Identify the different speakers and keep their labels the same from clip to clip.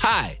Speaker 1: Hi,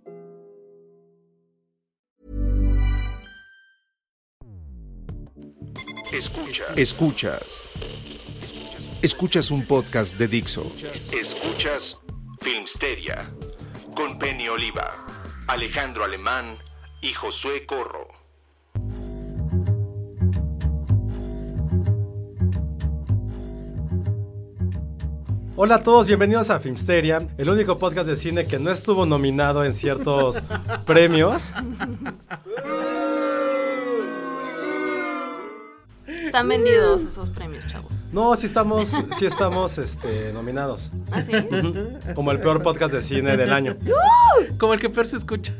Speaker 2: Escuchas.
Speaker 3: Escuchas. Escuchas un podcast de Dixo.
Speaker 2: Escuchas Filmsteria con Penny Oliva, Alejandro Alemán y Josué Corro.
Speaker 4: Hola a todos, bienvenidos a Filmsteria, el único podcast de cine que no estuvo nominado en ciertos premios.
Speaker 5: Están
Speaker 6: Mm.
Speaker 5: vendidos esos premios, chavos.
Speaker 4: No, sí estamos, sí estamos este, nominados,
Speaker 5: ¿Ah, sí?
Speaker 4: como el peor podcast de cine del año.
Speaker 6: Como el que peor se escucha.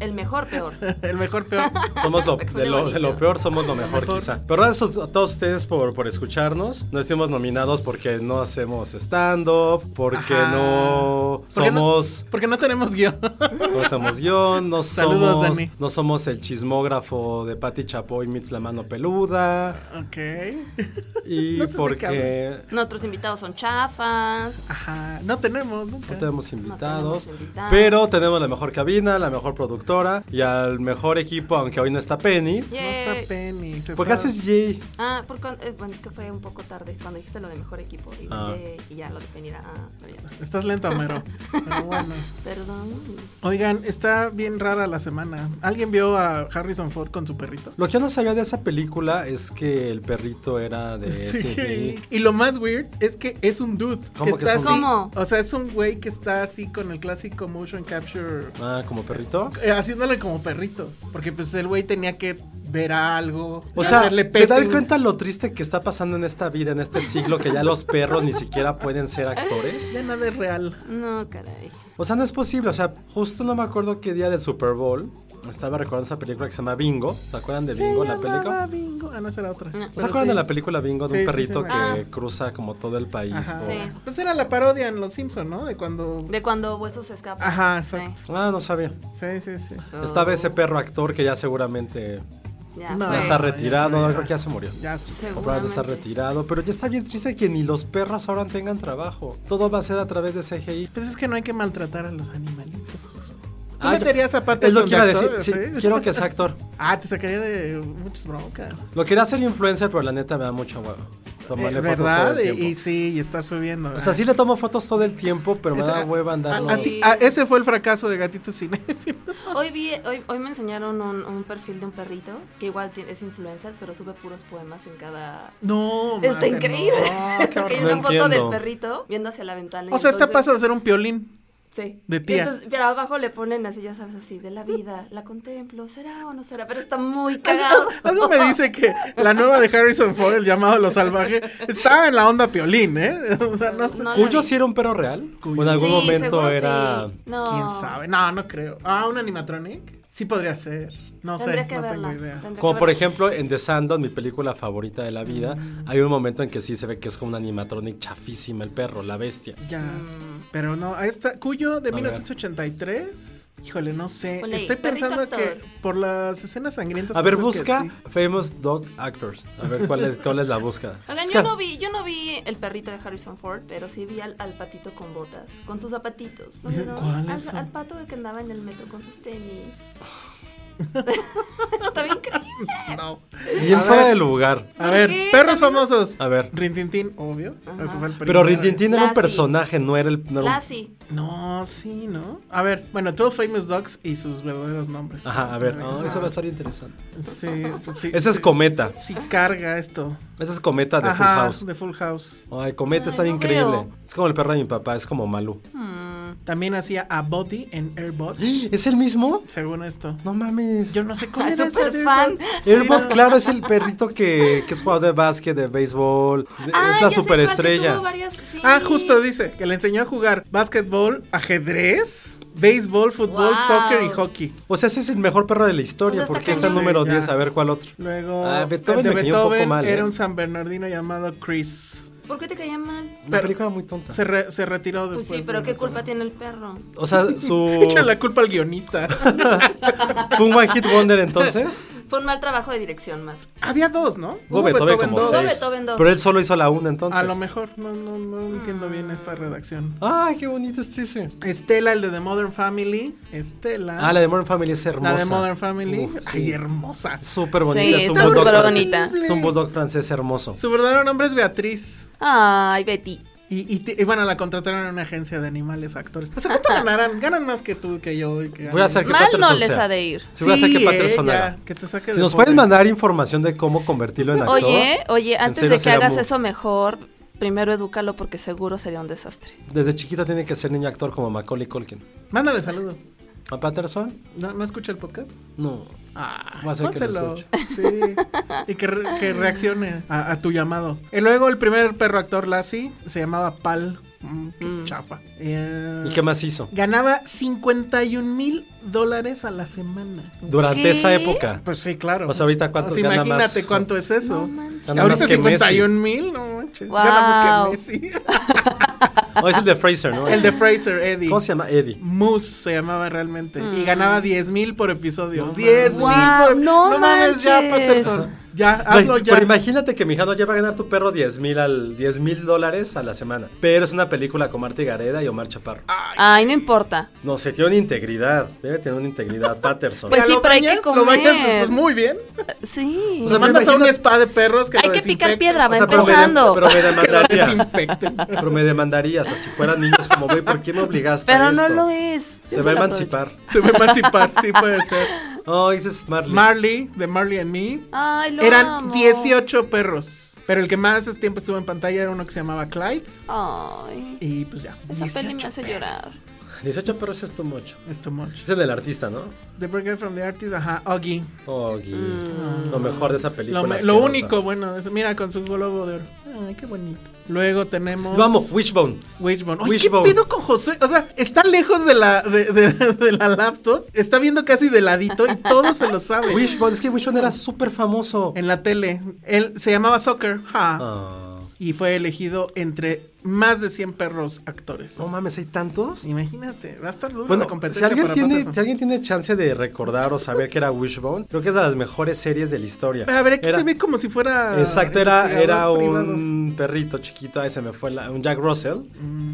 Speaker 5: El mejor, peor.
Speaker 6: El mejor peor.
Speaker 4: Somos lo,
Speaker 5: Suena
Speaker 4: de, lo, de lo
Speaker 5: bonito.
Speaker 4: peor, somos lo mejor, quizá. Pero gracias a todos ustedes por, por escucharnos. No estuvimos nominados porque no hacemos stand-up, porque
Speaker 6: Ajá.
Speaker 4: no
Speaker 6: Porque no-
Speaker 4: somos...
Speaker 6: porque no tenemos guión.
Speaker 4: No estamos guión, no
Speaker 6: Saludos,
Speaker 4: somos,
Speaker 6: Dani.
Speaker 4: no somos el chismógrafo de Pati Chapoy Mitz la mano peluda
Speaker 6: ok.
Speaker 4: y
Speaker 6: No sé de qué
Speaker 4: porque
Speaker 5: Nuestros invitados son chafas.
Speaker 6: Ajá. No tenemos nunca.
Speaker 4: no tenemos invitados,
Speaker 5: invitados.
Speaker 4: pero tenemos la mejor cabina, la mejor productora y al mejor equipo, aunque hoy no está Penny.
Speaker 6: No
Speaker 5: Yay.
Speaker 6: está Penny.
Speaker 4: Porque
Speaker 6: se fue.
Speaker 4: Pues haces Jay.
Speaker 5: Ah, por cuan- eh, bueno, es que fue un poco tarde cuando dijiste lo de mejor equipo. Y,
Speaker 4: Ah.
Speaker 5: yay, y ya lo de venir Ah, no, ya.
Speaker 6: Estás lento, Homero. Pero bueno.
Speaker 5: Perdón.
Speaker 6: Oigan, está bien rara la semana. ¿Alguien vio a Harrison Ford con su perrito?
Speaker 4: Lo que yo no sabía de esa película es que el perrito era de CGI.
Speaker 6: Y lo más weird es que es un dude.
Speaker 4: ¿Cómo que
Speaker 6: está
Speaker 4: es un
Speaker 6: así.
Speaker 5: dude? ¿Cómo?
Speaker 6: O sea, es un güey que está así con el clásico motion capture.
Speaker 4: Ah, como perrito.
Speaker 6: eh, Haciéndole como perrito. Porque pues el güey tenía que ver algo.
Speaker 4: O sea,
Speaker 6: hacerle
Speaker 4: ¿se dan
Speaker 6: petting.
Speaker 4: cuenta lo triste que está pasando en esta vida, en este siglo, que ya los perros ni siquiera pueden ser actores?
Speaker 6: Ya nada es real.
Speaker 5: No, caray.
Speaker 4: O sea, no es posible. O sea, justo no me acuerdo qué día del Super Bowl estaba recordando esa película que se llama Bingo. ¿Se acuerdan de Bingo,
Speaker 6: Se
Speaker 4: la
Speaker 6: llamaba
Speaker 4: película?
Speaker 6: Bingo. Ah, no, esa era otra.
Speaker 4: ¿No se acuerdan de la película Bingo de un
Speaker 6: Sí, sí,
Speaker 4: perrito
Speaker 6: sí,
Speaker 4: que
Speaker 6: sí.
Speaker 5: Ah.
Speaker 4: cruza como todo el país? por-
Speaker 5: Sí.
Speaker 6: Pues era la parodia en Los Simpsons, ¿no? De cuando.
Speaker 5: De cuando huesos se escapan.
Speaker 6: Ajá, exacto.
Speaker 5: Sí.
Speaker 4: Ah, no sabía.
Speaker 6: Sí, sí, sí.
Speaker 4: Estaba ese perro actor que ya seguramente
Speaker 5: Ya,
Speaker 6: No.
Speaker 4: ya
Speaker 5: fue.
Speaker 4: está
Speaker 6: re-
Speaker 4: retirado.
Speaker 6: ya, ya.
Speaker 4: creo que ya se murió.
Speaker 6: Ya. se-
Speaker 4: O probablemente está
Speaker 5: Seguramente.
Speaker 4: retirado, pero ya está bien triste que ni los perros ahora tengan trabajo. Todo va a ser a través de CGI.
Speaker 6: Pues es que no hay que maltratar a los animalitos. ¿Tú
Speaker 4: Ah, yo-
Speaker 6: meterías a Pattinson
Speaker 4: Es lo que iba a
Speaker 6: de
Speaker 4: decir.
Speaker 6: actor,
Speaker 4: sí,
Speaker 6: sí?
Speaker 4: quiero que sea actor.
Speaker 6: ¿eh? Ah, te sacaría de muchas broncas.
Speaker 4: Lo quería hacer influencer, pero la neta me da mucha hueva. Tomarle
Speaker 6: Eh,
Speaker 4: fotos todo
Speaker 6: ¿Verdad?
Speaker 4: el
Speaker 6: Y, y
Speaker 4: tiempo.
Speaker 6: sí, y estar subiendo.
Speaker 4: O sea, sí le tomo fotos todo el tiempo, pero me
Speaker 6: Ese-
Speaker 4: da hueva
Speaker 6: Ah,
Speaker 4: andar.
Speaker 6: así- ah, ese fue el fracaso de Gatito Cine.
Speaker 5: Hoy, vi, hoy, hoy me enseñaron un, un perfil de un perrito que igual tiene- es influencer, pero sube puros poemas en cada.
Speaker 6: No,
Speaker 5: Está
Speaker 6: mate,
Speaker 5: increíble.
Speaker 6: no, Ah, qué
Speaker 5: Porque hay
Speaker 6: horror.
Speaker 5: una
Speaker 4: No
Speaker 5: foto del
Speaker 4: entiendo.
Speaker 5: perrito viendo hacia la ventana. y
Speaker 6: O sea, esta
Speaker 5: entonces-
Speaker 6: pasa de ser un piolín.
Speaker 5: Sí.
Speaker 6: De
Speaker 5: Y
Speaker 6: tía.
Speaker 5: entonces, pero abajo le ponen así, ya sabes, así, de la vida, la contemplo, será o no será, pero está muy cagado.
Speaker 6: Algo me dice que la nueva de Harrison Ford, el llamado Lo Salvaje, está en la onda piolín, ¿eh? O sea, no sé.
Speaker 5: No la
Speaker 4: ¿Cuyo
Speaker 5: vi.
Speaker 4: sí era un perro real? ¿O
Speaker 6: Cuyo.
Speaker 4: en algún
Speaker 5: Sí,
Speaker 4: momento
Speaker 5: seguro
Speaker 4: era.
Speaker 5: sí. No.
Speaker 6: ¿Quién sabe? No, no creo. Ah, un animatronic. Sí podría ser. No sé,
Speaker 5: Tendría que
Speaker 6: no
Speaker 5: verla.
Speaker 6: tengo idea.
Speaker 5: tendría
Speaker 4: Como
Speaker 5: que
Speaker 4: por
Speaker 5: verla.
Speaker 4: ejemplo en The Sandlot, mi película favorita de la vida,
Speaker 5: Mm.
Speaker 4: hay un momento en que sí se ve que es como un animatronic chafísima el perro, la bestia.
Speaker 6: Ya.
Speaker 5: Mm.
Speaker 6: Pero no, a esta Cuyo de
Speaker 4: ver.
Speaker 6: 1983. Híjole, no sé.
Speaker 5: Ole,
Speaker 6: Estoy
Speaker 5: perrito
Speaker 6: pensando
Speaker 5: actor.
Speaker 6: que por las escenas sangrientas.
Speaker 4: A ver,
Speaker 6: pienso que
Speaker 4: busca
Speaker 6: sí.
Speaker 4: Famous Dog Actors. A ver cuál es, cuál es la búsqueda.
Speaker 5: Oigan,
Speaker 4: Es
Speaker 5: yo
Speaker 4: que-
Speaker 5: no, vi, yo no vi el perrito de Harrison Ford, pero sí vi al, al patito con botas, con sus zapatitos. ¿no vieron? al,
Speaker 6: ¿Cuál es?
Speaker 5: al pato que andaba en el metro con sus tenis. Está bien increíble.
Speaker 6: No.
Speaker 4: Bien
Speaker 6: A
Speaker 4: fuera
Speaker 6: ver.
Speaker 4: de lugar.
Speaker 6: A ver,
Speaker 5: qué?
Speaker 6: perros
Speaker 5: También los-
Speaker 6: famosos.
Speaker 4: A ver.
Speaker 6: Rintintín, obvio. Eso fue el
Speaker 4: Pero
Speaker 6: primero.
Speaker 4: Rintintín era un
Speaker 5: Lassie.
Speaker 4: personaje, no era el. no era un-
Speaker 5: Lassie.
Speaker 6: No, sí, ¿no? A ver, bueno, 12 Famous Dogs y sus verdaderos nombres.
Speaker 4: Ajá, a ver. ah, eso va a estar interesante.
Speaker 6: Sí, pues sí.
Speaker 4: Ese es
Speaker 6: sí.
Speaker 4: Cometa.
Speaker 6: Sí, carga esto.
Speaker 4: Ese es Cometa de
Speaker 6: Ajá,
Speaker 4: Full
Speaker 6: de Full House.
Speaker 4: House. Ay, Cometa
Speaker 5: Ay,
Speaker 4: está bien
Speaker 5: no
Speaker 4: increíble.
Speaker 5: veo.
Speaker 4: Es como el perro de mi papá, es como Malú.
Speaker 6: También hacía A Body en Airbot,
Speaker 4: ¿Es el mismo?
Speaker 6: según esto.
Speaker 4: No mames.
Speaker 6: Yo no sé cómo
Speaker 5: Ah,
Speaker 6: era ese
Speaker 5: súper
Speaker 6: de
Speaker 5: fan.
Speaker 6: Airbot. Sí,
Speaker 4: Airbot,
Speaker 6: no.
Speaker 4: claro, es el perrito que, que es jugador de básquet, de béisbol. de-
Speaker 5: Ah,
Speaker 4: es
Speaker 5: ya
Speaker 4: la
Speaker 5: sé cuál, que
Speaker 4: superestrella.
Speaker 5: tuvo varias- sí.
Speaker 6: Ah, justo dice que le enseñó a jugar básquetbol, ajedrez, béisbol, fútbol,
Speaker 5: Wow.
Speaker 6: soccer y hockey.
Speaker 4: O sea, ese es el mejor perro de la historia.
Speaker 5: O sea, Pues está
Speaker 4: porque está el
Speaker 5: cañón.
Speaker 4: número
Speaker 6: Sí, ya.
Speaker 4: 10? A ver cuál otro.
Speaker 6: Luego,
Speaker 4: Ah, Beethoven
Speaker 6: el de
Speaker 4: me cayó un poco
Speaker 6: Beethoven
Speaker 4: mal, ¿eh?
Speaker 6: era un San Bernardino llamado Chris.
Speaker 5: ¿Por qué te caía mal?
Speaker 4: La
Speaker 6: Pero-
Speaker 4: película era muy tonta.
Speaker 6: Se, re- se retiró
Speaker 5: Pues
Speaker 6: después.
Speaker 5: sí,
Speaker 6: de
Speaker 5: pero ¿qué
Speaker 6: Beethoven.
Speaker 5: culpa tiene el perro?
Speaker 4: O sea, su.
Speaker 6: Echa la culpa al guionista.
Speaker 4: ¿Fue un One Hit Wonder entonces?
Speaker 5: Fue un mal trabajo de dirección más.
Speaker 6: Había dos, ¿no?
Speaker 4: Hubo Beethoven como
Speaker 5: dos.
Speaker 4: seis.
Speaker 5: Beethoven dos.
Speaker 4: Pero él solo hizo la una entonces.
Speaker 6: A lo mejor, no, no, no entiendo bien
Speaker 5: Mm.
Speaker 6: esta redacción.
Speaker 4: Ay, qué bonito es ese.
Speaker 6: Estela, el de The Modern Family. Estela.
Speaker 4: Ah, la de Modern Family es hermosa.
Speaker 6: La de Modern Family. Ay, hermosa.
Speaker 4: Súper bonita.
Speaker 5: Sí,
Speaker 4: es un
Speaker 5: está
Speaker 4: bulldog
Speaker 5: súper
Speaker 4: francés.
Speaker 5: bonita.
Speaker 4: Es un bulldog francés hermoso.
Speaker 6: Su verdadero nombre es Beatriz.
Speaker 5: Ay, Betty.
Speaker 6: Y, y te- y bueno, la contrataron en una agencia de animales actores. O sea, ¿cuánto ganarán? Ganan más que tú, que yo. y que
Speaker 4: Voy a hacer que
Speaker 5: Mal
Speaker 4: Patterson
Speaker 5: no les
Speaker 4: sea.
Speaker 5: ha de ir.
Speaker 4: Sí, voy a hacer que
Speaker 6: Sí,
Speaker 4: Patterson
Speaker 6: eh, ya,
Speaker 4: haga.
Speaker 6: que te saque
Speaker 4: Si
Speaker 6: de
Speaker 4: nos
Speaker 6: pobre.
Speaker 4: pueden mandar información de cómo convertirlo en actor.
Speaker 5: Oye, oye,
Speaker 4: en
Speaker 5: antes
Speaker 4: serio
Speaker 5: de que
Speaker 4: sería
Speaker 5: hagas
Speaker 4: muy-
Speaker 5: eso mejor, primero edúcalo porque seguro sería un desastre.
Speaker 4: Desde chiquito tiene que ser niño actor como Macaulay Culkin.
Speaker 6: Mándale saludos.
Speaker 4: ¿A Patterson?
Speaker 6: ¿No, no escucha el podcast?
Speaker 4: No.
Speaker 6: Ah,
Speaker 4: Va a ser que lo
Speaker 6: pónselo. Sí. Y que, re- que reaccione a, a tu llamado. Y luego el primer perro actor, Lassie, se llamaba Pal. Mm, qué chafa. Eh,
Speaker 4: ¿Y qué más hizo?
Speaker 6: Ganaba 51 mil dólares a la semana.
Speaker 4: Durante
Speaker 5: ¿Qué?
Speaker 4: esa época.
Speaker 6: Pues sí, claro.
Speaker 4: Pues ahorita, ¿cuánto
Speaker 6: O sea,
Speaker 4: gana
Speaker 6: Imagínate
Speaker 4: más?
Speaker 6: cuánto es eso.
Speaker 4: Gana
Speaker 6: ahorita
Speaker 4: más que
Speaker 6: 51 mil, no manches.
Speaker 5: Wow.
Speaker 6: Gana más que Messi.
Speaker 4: Oh, es el de Fraser, ¿no?
Speaker 6: el de Fraser, Eddie.
Speaker 4: ¿Cómo se llama? Eddie.
Speaker 6: Moose se llamaba realmente. Y ganaba 10 mil por episodio. 10 mil
Speaker 5: Mm. Guau,
Speaker 6: por...
Speaker 5: no
Speaker 6: mames, ya,
Speaker 5: manches.
Speaker 6: Patterson. Ya, hazlo
Speaker 4: Güey,
Speaker 6: ya.
Speaker 4: Pero imagínate que mi hija no lleva a ganar tu perro 10 mil al 10 mil dólares a la semana. Pero es una película con Marta Gareda y Omar Chaparro.
Speaker 6: Ah.
Speaker 5: Ay, no importa.
Speaker 4: No sé, tiene una integridad. Debe tener una integridad, Patterson.
Speaker 5: Pues
Speaker 6: Ya
Speaker 5: sí,
Speaker 6: lo
Speaker 5: pero hay que
Speaker 6: bañas,
Speaker 5: comer.
Speaker 6: Lo bañas pues, muy bien.
Speaker 5: Sí.
Speaker 4: O sea,
Speaker 6: O sea,
Speaker 4: pero
Speaker 6: mandas a un
Speaker 4: imagínate-
Speaker 6: spa de perros que
Speaker 5: hay
Speaker 6: lo
Speaker 5: que picar
Speaker 6: desinfecten.
Speaker 5: piedra, va
Speaker 4: O sea, pero me de-
Speaker 5: empezando.
Speaker 4: Pero me demandaría.
Speaker 6: Desinfecten.
Speaker 4: Pero me demandaría. O sea, si fueran niños como, güey, ¿por qué me obligaste a
Speaker 5: Pero
Speaker 4: esto?
Speaker 5: no lo es.
Speaker 4: Se
Speaker 5: Yo
Speaker 4: va a
Speaker 5: lo
Speaker 4: emancipar.
Speaker 6: Se va a emancipar, sí puede ser.
Speaker 4: Oh, ese es Marley.
Speaker 6: Marley, de Marley and Me.
Speaker 5: aprovecho. Ay, lo
Speaker 6: Eran
Speaker 5: amo.
Speaker 6: 18 perros. Pero el que más tiempo estuvo en pantalla era uno que se llamaba Clive.
Speaker 5: Ay.
Speaker 6: Y pues ya.
Speaker 5: Esa peli me
Speaker 6: 18
Speaker 5: hace
Speaker 6: perros.
Speaker 5: llorar.
Speaker 4: 18 perros es tu mucho.
Speaker 6: It's too much.
Speaker 4: Es el del artista, ¿no?
Speaker 6: The Burger from the Artist, ajá, Oggy.
Speaker 4: Oh, Gui. Lo mejor de esa película.
Speaker 6: Lo, me- lo
Speaker 4: asquerosa.
Speaker 6: único bueno de eso. Mira, con su globo de oro. Ay, qué bonito. Luego tenemos.
Speaker 4: Lo amo, Wishbone.
Speaker 6: Wishbone. Oye,
Speaker 4: Wishbone.
Speaker 6: ¿qué pido con Josué? O sea, está lejos de la, de, de- de la laptop, está viendo casi de ladito y todo se lo sabe.
Speaker 4: Wishbone, es que Wishbone era súper famoso.
Speaker 6: En la tele. Él se llamaba Soccer. ja,
Speaker 4: Ah.
Speaker 6: Y fue elegido entre más de 100 perros actores.
Speaker 4: No mames, ¿hay tantos?
Speaker 6: Imagínate, va a estar duro
Speaker 4: Bueno,
Speaker 6: la competencia.
Speaker 4: si alguien,
Speaker 6: para
Speaker 4: tiene,
Speaker 6: Patterson.
Speaker 4: si alguien tiene chance de recordar o saber que era Wishbone, creo que es de las mejores series de la historia.
Speaker 6: Pero a ver, aquí
Speaker 4: Era-
Speaker 6: se ve como si fuera.
Speaker 4: Exacto, era,
Speaker 6: investigador
Speaker 4: era
Speaker 6: Ah, privado.
Speaker 4: un perrito chiquito, ahí se me fue, la- un Jack Russell,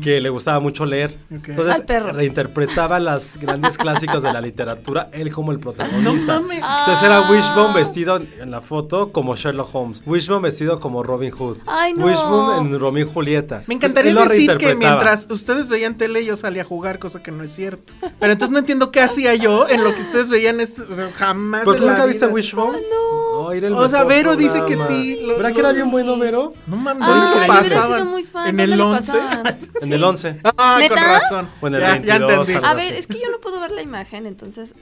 Speaker 4: que le gustaba mucho leer.
Speaker 6: Ok.
Speaker 4: Entonces
Speaker 5: Al perro.
Speaker 4: reinterpretaba las grandes clásicos de la literatura, él como el protagonista.
Speaker 6: No mames.
Speaker 4: Entonces era
Speaker 5: Ah.
Speaker 4: Wishbone vestido en en la foto como Sherlock Holmes, Wishbone vestido como Robin Hood,
Speaker 5: Ay, no.
Speaker 4: Wishbone en Romeo y Julieta.
Speaker 6: Me
Speaker 4: Entonces,
Speaker 6: encantaría
Speaker 4: él lo
Speaker 6: decir que
Speaker 4: reinterpretaba.
Speaker 6: mientras ustedes veían tele yo salía a jugar, cosa que no es cierto. Pero entonces no entiendo qué hacía yo en lo que ustedes veían esto, o sea, jamás.
Speaker 4: ¿Pero
Speaker 6: en
Speaker 4: tú
Speaker 6: la
Speaker 4: nunca viste
Speaker 6: vida.
Speaker 4: Wishbone?
Speaker 5: Ah,
Speaker 4: no.
Speaker 6: O sea, Vero dice que sí, lo-
Speaker 4: ¿Verdad
Speaker 6: lo-
Speaker 4: que era bien bueno, Vero?
Speaker 6: No
Speaker 5: Ah,
Speaker 6: mames,
Speaker 4: Ay,
Speaker 6: ¿dónde lo
Speaker 4: yo hubiera sido
Speaker 6: pasaban?
Speaker 5: muy fan,
Speaker 6: ¿En
Speaker 5: ¿dónde
Speaker 6: el
Speaker 5: lo
Speaker 6: 11?
Speaker 5: pasaban?
Speaker 4: En
Speaker 5: Sí.
Speaker 4: el 11.
Speaker 6: Ah, con
Speaker 5: ¿Neta?
Speaker 6: razón.
Speaker 4: Bueno, el
Speaker 6: ya, ya
Speaker 4: 22,
Speaker 6: entendí.
Speaker 4: algo
Speaker 5: A
Speaker 6: A
Speaker 4: así.
Speaker 6: ver,
Speaker 5: ver, es que yo no puedo ver la imagen, entonces.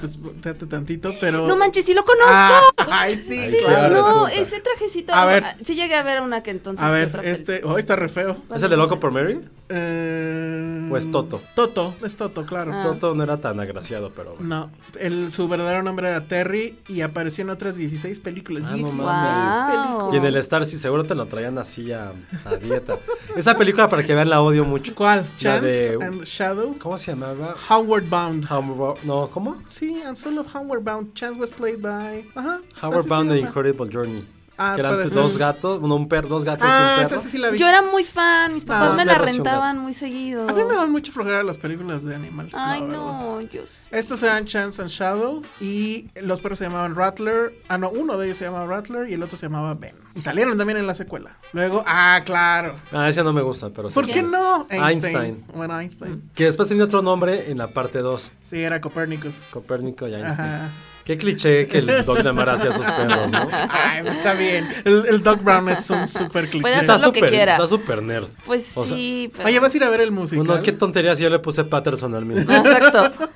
Speaker 6: pues espérate tantito, pero.
Speaker 5: No manches, sí lo
Speaker 6: Ah,
Speaker 5: conozco.
Speaker 6: ay, sí.
Speaker 5: Sí,
Speaker 4: claro.
Speaker 5: no,
Speaker 4: resulta.
Speaker 5: ese trajecito.
Speaker 6: A ver.
Speaker 5: Sí llegué a ver una que entonces.
Speaker 6: A
Speaker 5: que
Speaker 6: ver,
Speaker 5: otra peli.
Speaker 6: este. Oh, está re feo.
Speaker 4: ¿Es el de Loco por Mary?
Speaker 6: Eh,
Speaker 4: ¿O es Toto?
Speaker 6: Toto, es Toto, claro.
Speaker 5: Ah.
Speaker 4: Toto no era tan agraciado, pero bueno.
Speaker 6: No, el, su verdadero nombre era Terry y apareció en otras 16 películas.
Speaker 4: Ah, no
Speaker 6: 16
Speaker 5: mames. Wow.
Speaker 6: películas.
Speaker 4: Y en el Star sí seguro te lo traían así a, a dieta. Esa película para que vean la odio mucho.
Speaker 6: ¿Cuál?
Speaker 4: La
Speaker 6: Chance
Speaker 4: de-
Speaker 6: and Shadow.
Speaker 4: ¿Cómo se llamaba?
Speaker 6: Howard Bound.
Speaker 4: Howard- no, ¿cómo?
Speaker 6: Ah, Sí, and Soul of Howard Bound. Chance was played by. Ajá.
Speaker 4: Howard
Speaker 6: así
Speaker 4: Bound
Speaker 6: se
Speaker 4: The
Speaker 6: llama.
Speaker 4: Incredible Journey.
Speaker 6: Ah,
Speaker 4: que eran
Speaker 6: puede
Speaker 4: pues,
Speaker 6: ser.
Speaker 4: dos gatos, uno, un perro, dos gatos y
Speaker 6: Ah,
Speaker 4: un
Speaker 6: esa
Speaker 4: perro.
Speaker 6: sí, sí la vi.
Speaker 5: Yo era muy fan, mis papás
Speaker 4: Dos
Speaker 5: me la
Speaker 4: perros y un gato.
Speaker 5: rentaban muy seguido.
Speaker 6: A mí me dan mucho flojera las películas de animales. la
Speaker 5: Ay,
Speaker 6: verdad.
Speaker 5: no, yo sí.
Speaker 6: Estos eran Chance and Shadow y los perros se llamaban Rattler. Ah, no, uno de ellos se llamaba Rattler y el otro se llamaba Ben. Y salieron también en la secuela. Luego, ah, claro.
Speaker 4: Ah, ese no me gusta, pero sí.
Speaker 6: ¿Por qué no?
Speaker 4: Einstein.
Speaker 6: Bueno,
Speaker 5: Mm.
Speaker 6: Einstein.
Speaker 4: Que después tenía otro nombre en la parte 2.
Speaker 6: Sí, era Copérnicus.
Speaker 4: Copérnico y Einstein.
Speaker 6: Ajá.
Speaker 4: Qué cliché que el Doc Lamar hacía a sus perros, ¿no?
Speaker 6: Ay, pues está bien. El, el Doc Brown es un super
Speaker 5: Puede
Speaker 6: cliché.
Speaker 5: hacer lo que
Speaker 4: súper-
Speaker 5: quiera.
Speaker 4: Está súper nerd.
Speaker 5: Pues
Speaker 4: O sea,
Speaker 5: sí, pero...
Speaker 6: Oye, vas a ir a ver el musical.
Speaker 4: Bueno, qué tontería si yo le puse Patterson al mío.
Speaker 5: No, Exacto.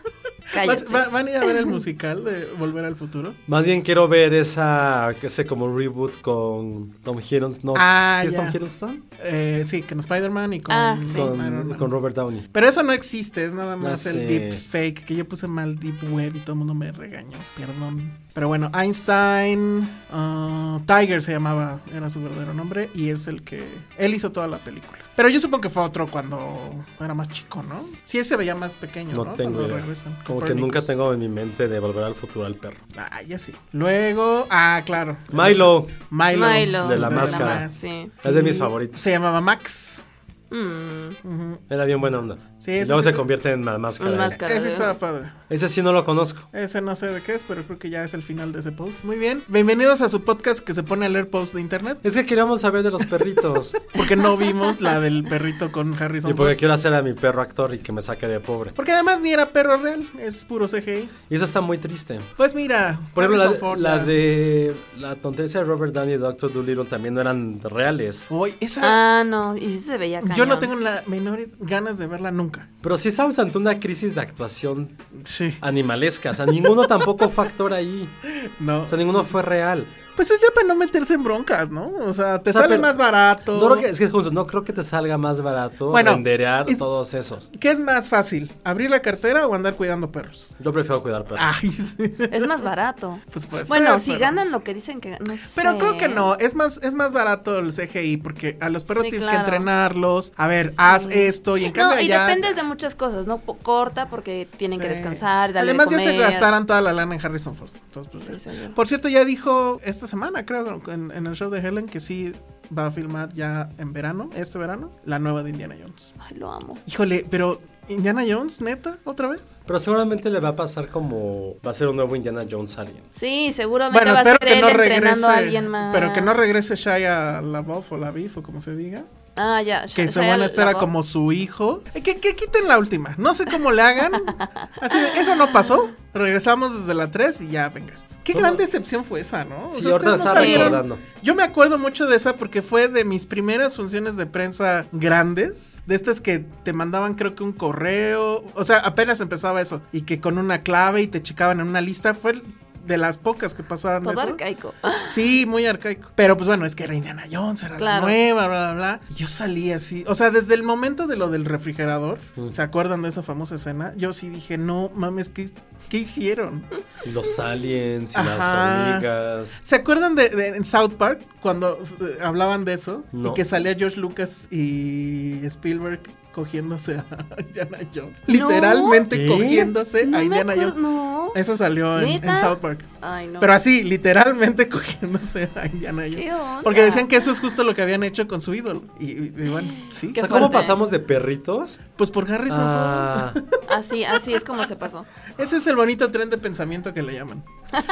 Speaker 5: Cállate.
Speaker 6: Vas- va- ¿Van a ir a ver el musical de Volver al Futuro?
Speaker 4: Más bien quiero ver esa, que sé, como reboot con Tom Hiddleston. No,
Speaker 6: Ah,
Speaker 4: ¿sí es
Speaker 6: ya.
Speaker 4: Tom Hiddleston?
Speaker 6: Eh, sí, con Spider-Man y con,
Speaker 5: Ah, sí.
Speaker 6: con Iron
Speaker 4: Con,
Speaker 6: Man.
Speaker 4: con Robert Downey.
Speaker 6: Pero eso no existe, es nada más
Speaker 4: sé.
Speaker 6: el deep fake que yo puse mal deep web y todo el mundo me regañó, perdón. Pero bueno, Einstein ah, Tiger se llamaba, era su verdadero nombre y es el que él hizo toda la película. Pero yo supongo que fue otro cuando era más chico, ¿no? Sí, él se veía más pequeño,
Speaker 4: No
Speaker 6: ¿no?
Speaker 4: tengo
Speaker 6: Cuando
Speaker 4: idea.
Speaker 6: regresan.
Speaker 4: Como que
Speaker 6: Copernicus.
Speaker 4: nunca tengo en mi mente de volver al futuro al perro.
Speaker 6: Ah, ya sí. Luego, ah, claro.
Speaker 4: Milo.
Speaker 6: Milo.
Speaker 5: Milo.
Speaker 4: De la máscara.
Speaker 6: más.
Speaker 5: Sí.
Speaker 4: Es de mis
Speaker 6: Y
Speaker 4: favoritos.
Speaker 6: Se llamaba Max.
Speaker 5: Mm,
Speaker 4: Era bien buena onda.
Speaker 6: Sí,
Speaker 4: y
Speaker 6: eso
Speaker 4: luego
Speaker 6: sí.
Speaker 4: se convierte en la máscara.
Speaker 5: En
Speaker 4: de-
Speaker 5: máscara. Cara
Speaker 6: Ese
Speaker 5: de-
Speaker 6: estaba padre.
Speaker 4: Ese sí no lo conozco.
Speaker 6: Ese no sé de qué es, pero creo que ya es el final de ese post. Muy bien. Bienvenidos a su podcast que se pone a leer posts de internet.
Speaker 4: Es que queríamos saber de los perritos.
Speaker 6: Porque no vimos la del perrito con Harrison.
Speaker 4: y porque
Speaker 6: Ford.
Speaker 4: quiero hacer a mi perro actor y que me saque de pobre.
Speaker 6: Porque además ni era perro real, es puro CGI.
Speaker 4: Y eso está muy triste.
Speaker 6: Pues mira,
Speaker 4: Por ejemplo,
Speaker 6: Harrison
Speaker 4: la,
Speaker 6: Ford,
Speaker 4: la de la tontería de Robert Downey y Doctor Dolittle también no eran reales.
Speaker 6: Uy, esa.
Speaker 5: Ah, no, y sí se veía cañón.
Speaker 6: yo no tengo la menor ganas de verla nunca. Ah,
Speaker 4: Pero sí estamos ante una crisis de actuación
Speaker 6: Sí.
Speaker 4: animalesca. O sea, ninguno tampoco fue actor ahí.
Speaker 6: No.
Speaker 4: O sea, ninguno fue real.
Speaker 6: Pues es ya para no meterse en broncas, ¿no? O sea, te
Speaker 4: O sea,
Speaker 6: sale
Speaker 4: pero-
Speaker 6: más barato.
Speaker 4: No creo que, es que justo, no creo que te salga más barato
Speaker 6: Bueno,
Speaker 4: renderear
Speaker 6: es-
Speaker 4: todos esos.
Speaker 6: ¿Qué es más fácil? ¿Abrir la cartera o andar cuidando perros?
Speaker 4: Yo prefiero cuidar perros.
Speaker 6: Ay, sí.
Speaker 5: Es más barato.
Speaker 6: Pues puede
Speaker 5: Eh, bueno,
Speaker 6: ser,
Speaker 5: si
Speaker 6: pero-
Speaker 5: ganan lo que dicen que no sé.
Speaker 6: Pero creo que no, es más, es más barato el CGI porque a los perros
Speaker 5: Sí,
Speaker 6: tienes
Speaker 5: claro.
Speaker 6: que entrenarlos, a ver, haz esto y en cambio
Speaker 5: No, y
Speaker 6: allá-
Speaker 5: dependes de muchas cosas, ¿no? Po- Corta porque tienen que
Speaker 6: Sí.
Speaker 5: descansar, darle
Speaker 6: Además
Speaker 5: de
Speaker 6: ya se
Speaker 5: comer.
Speaker 6: gastaron toda la lana en Harrison Ford. Entonces, pues,
Speaker 5: Sí,
Speaker 6: eh.
Speaker 5: señor.
Speaker 6: Por cierto, ya dijo esta semana, creo, en, en el show de Helen que sí va a filmar ya en verano, este verano, la nueva de Indiana Jones.
Speaker 5: Ay, lo amo.
Speaker 6: Híjole, pero Indiana Jones, neta, otra vez.
Speaker 4: Pero seguramente le va a pasar como va a ser un nuevo Indiana Jones alguien.
Speaker 5: Sí, seguramente
Speaker 6: Bueno,
Speaker 5: va a
Speaker 6: espero
Speaker 5: ser
Speaker 6: que
Speaker 5: él
Speaker 6: no
Speaker 5: entrenando a alguien
Speaker 6: regrese.
Speaker 5: más.
Speaker 6: Pero que no regrese Shia LaBeouf o LaBeouf o como se diga.
Speaker 5: Ah, ya.
Speaker 6: Que
Speaker 5: Shia-
Speaker 6: según
Speaker 5: Shia
Speaker 6: esta era
Speaker 5: LaBeouf.
Speaker 6: como su hijo. Eh, Que, que quiten la última. No sé cómo le hagan. Así de, eso no pasó. Regresamos desde la 3 y ya venga esto. Qué
Speaker 4: Todo-
Speaker 6: gran decepción fue esa, ¿no? O
Speaker 4: Sí,
Speaker 6: sea,
Speaker 4: ahorita
Speaker 6: ustedes no
Speaker 4: estaba
Speaker 6: salieron-
Speaker 4: recordando.
Speaker 6: Yo me acuerdo mucho de esa porque fue de mis primeras funciones de prensa grandes. De estas que te mandaban, creo que un correo. O sea, apenas empezaba eso. Y que con una clave y te checaban en una lista. Fue de las pocas que pasaban
Speaker 5: Todo
Speaker 6: eso.
Speaker 5: arcaico.
Speaker 6: Sí, muy arcaico. Pero pues bueno, es que era Indiana Jones, era
Speaker 5: Claro.
Speaker 6: la nueva, bla, bla, bla. Y Yo salí así. O sea, desde el momento de lo del refrigerador,
Speaker 4: Mm.
Speaker 6: ¿se acuerdan de esa famosa escena? Yo sí dije, no mames, ¿qué, qué hicieron?
Speaker 4: Y los aliens y
Speaker 6: Ajá.
Speaker 4: las hormigas.
Speaker 6: ¿Se acuerdan de, de- en South Park cuando eh, hablaban de eso?
Speaker 4: No.
Speaker 6: Y que salía George Lucas y Spielberg cogiéndose a Indiana Jones.
Speaker 5: No.
Speaker 6: Literalmente
Speaker 4: ¿Qué?
Speaker 6: cogiéndose
Speaker 5: No
Speaker 6: a
Speaker 5: me
Speaker 6: Indiana
Speaker 5: acuerdo-
Speaker 6: Jones.
Speaker 5: no.
Speaker 6: Eso salió en- en
Speaker 5: ¿Neta?
Speaker 6: South Park.
Speaker 5: Ay, no.
Speaker 6: Pero así, literalmente cogiéndose a Indiana
Speaker 5: ¿Qué
Speaker 6: Jones.
Speaker 5: onda?
Speaker 6: Porque decían que eso es justo lo que habían hecho con su ídolo. Y, y- y bueno, sí.
Speaker 4: O
Speaker 5: Qué
Speaker 4: sea, ¿cómo
Speaker 5: fuerte.
Speaker 4: pasamos de perritos
Speaker 6: Pues por Harrison
Speaker 4: a
Speaker 5: Así, Ah, así es como se pasó.
Speaker 6: Ford. Ese es el bonito tren de pensamiento que le llaman.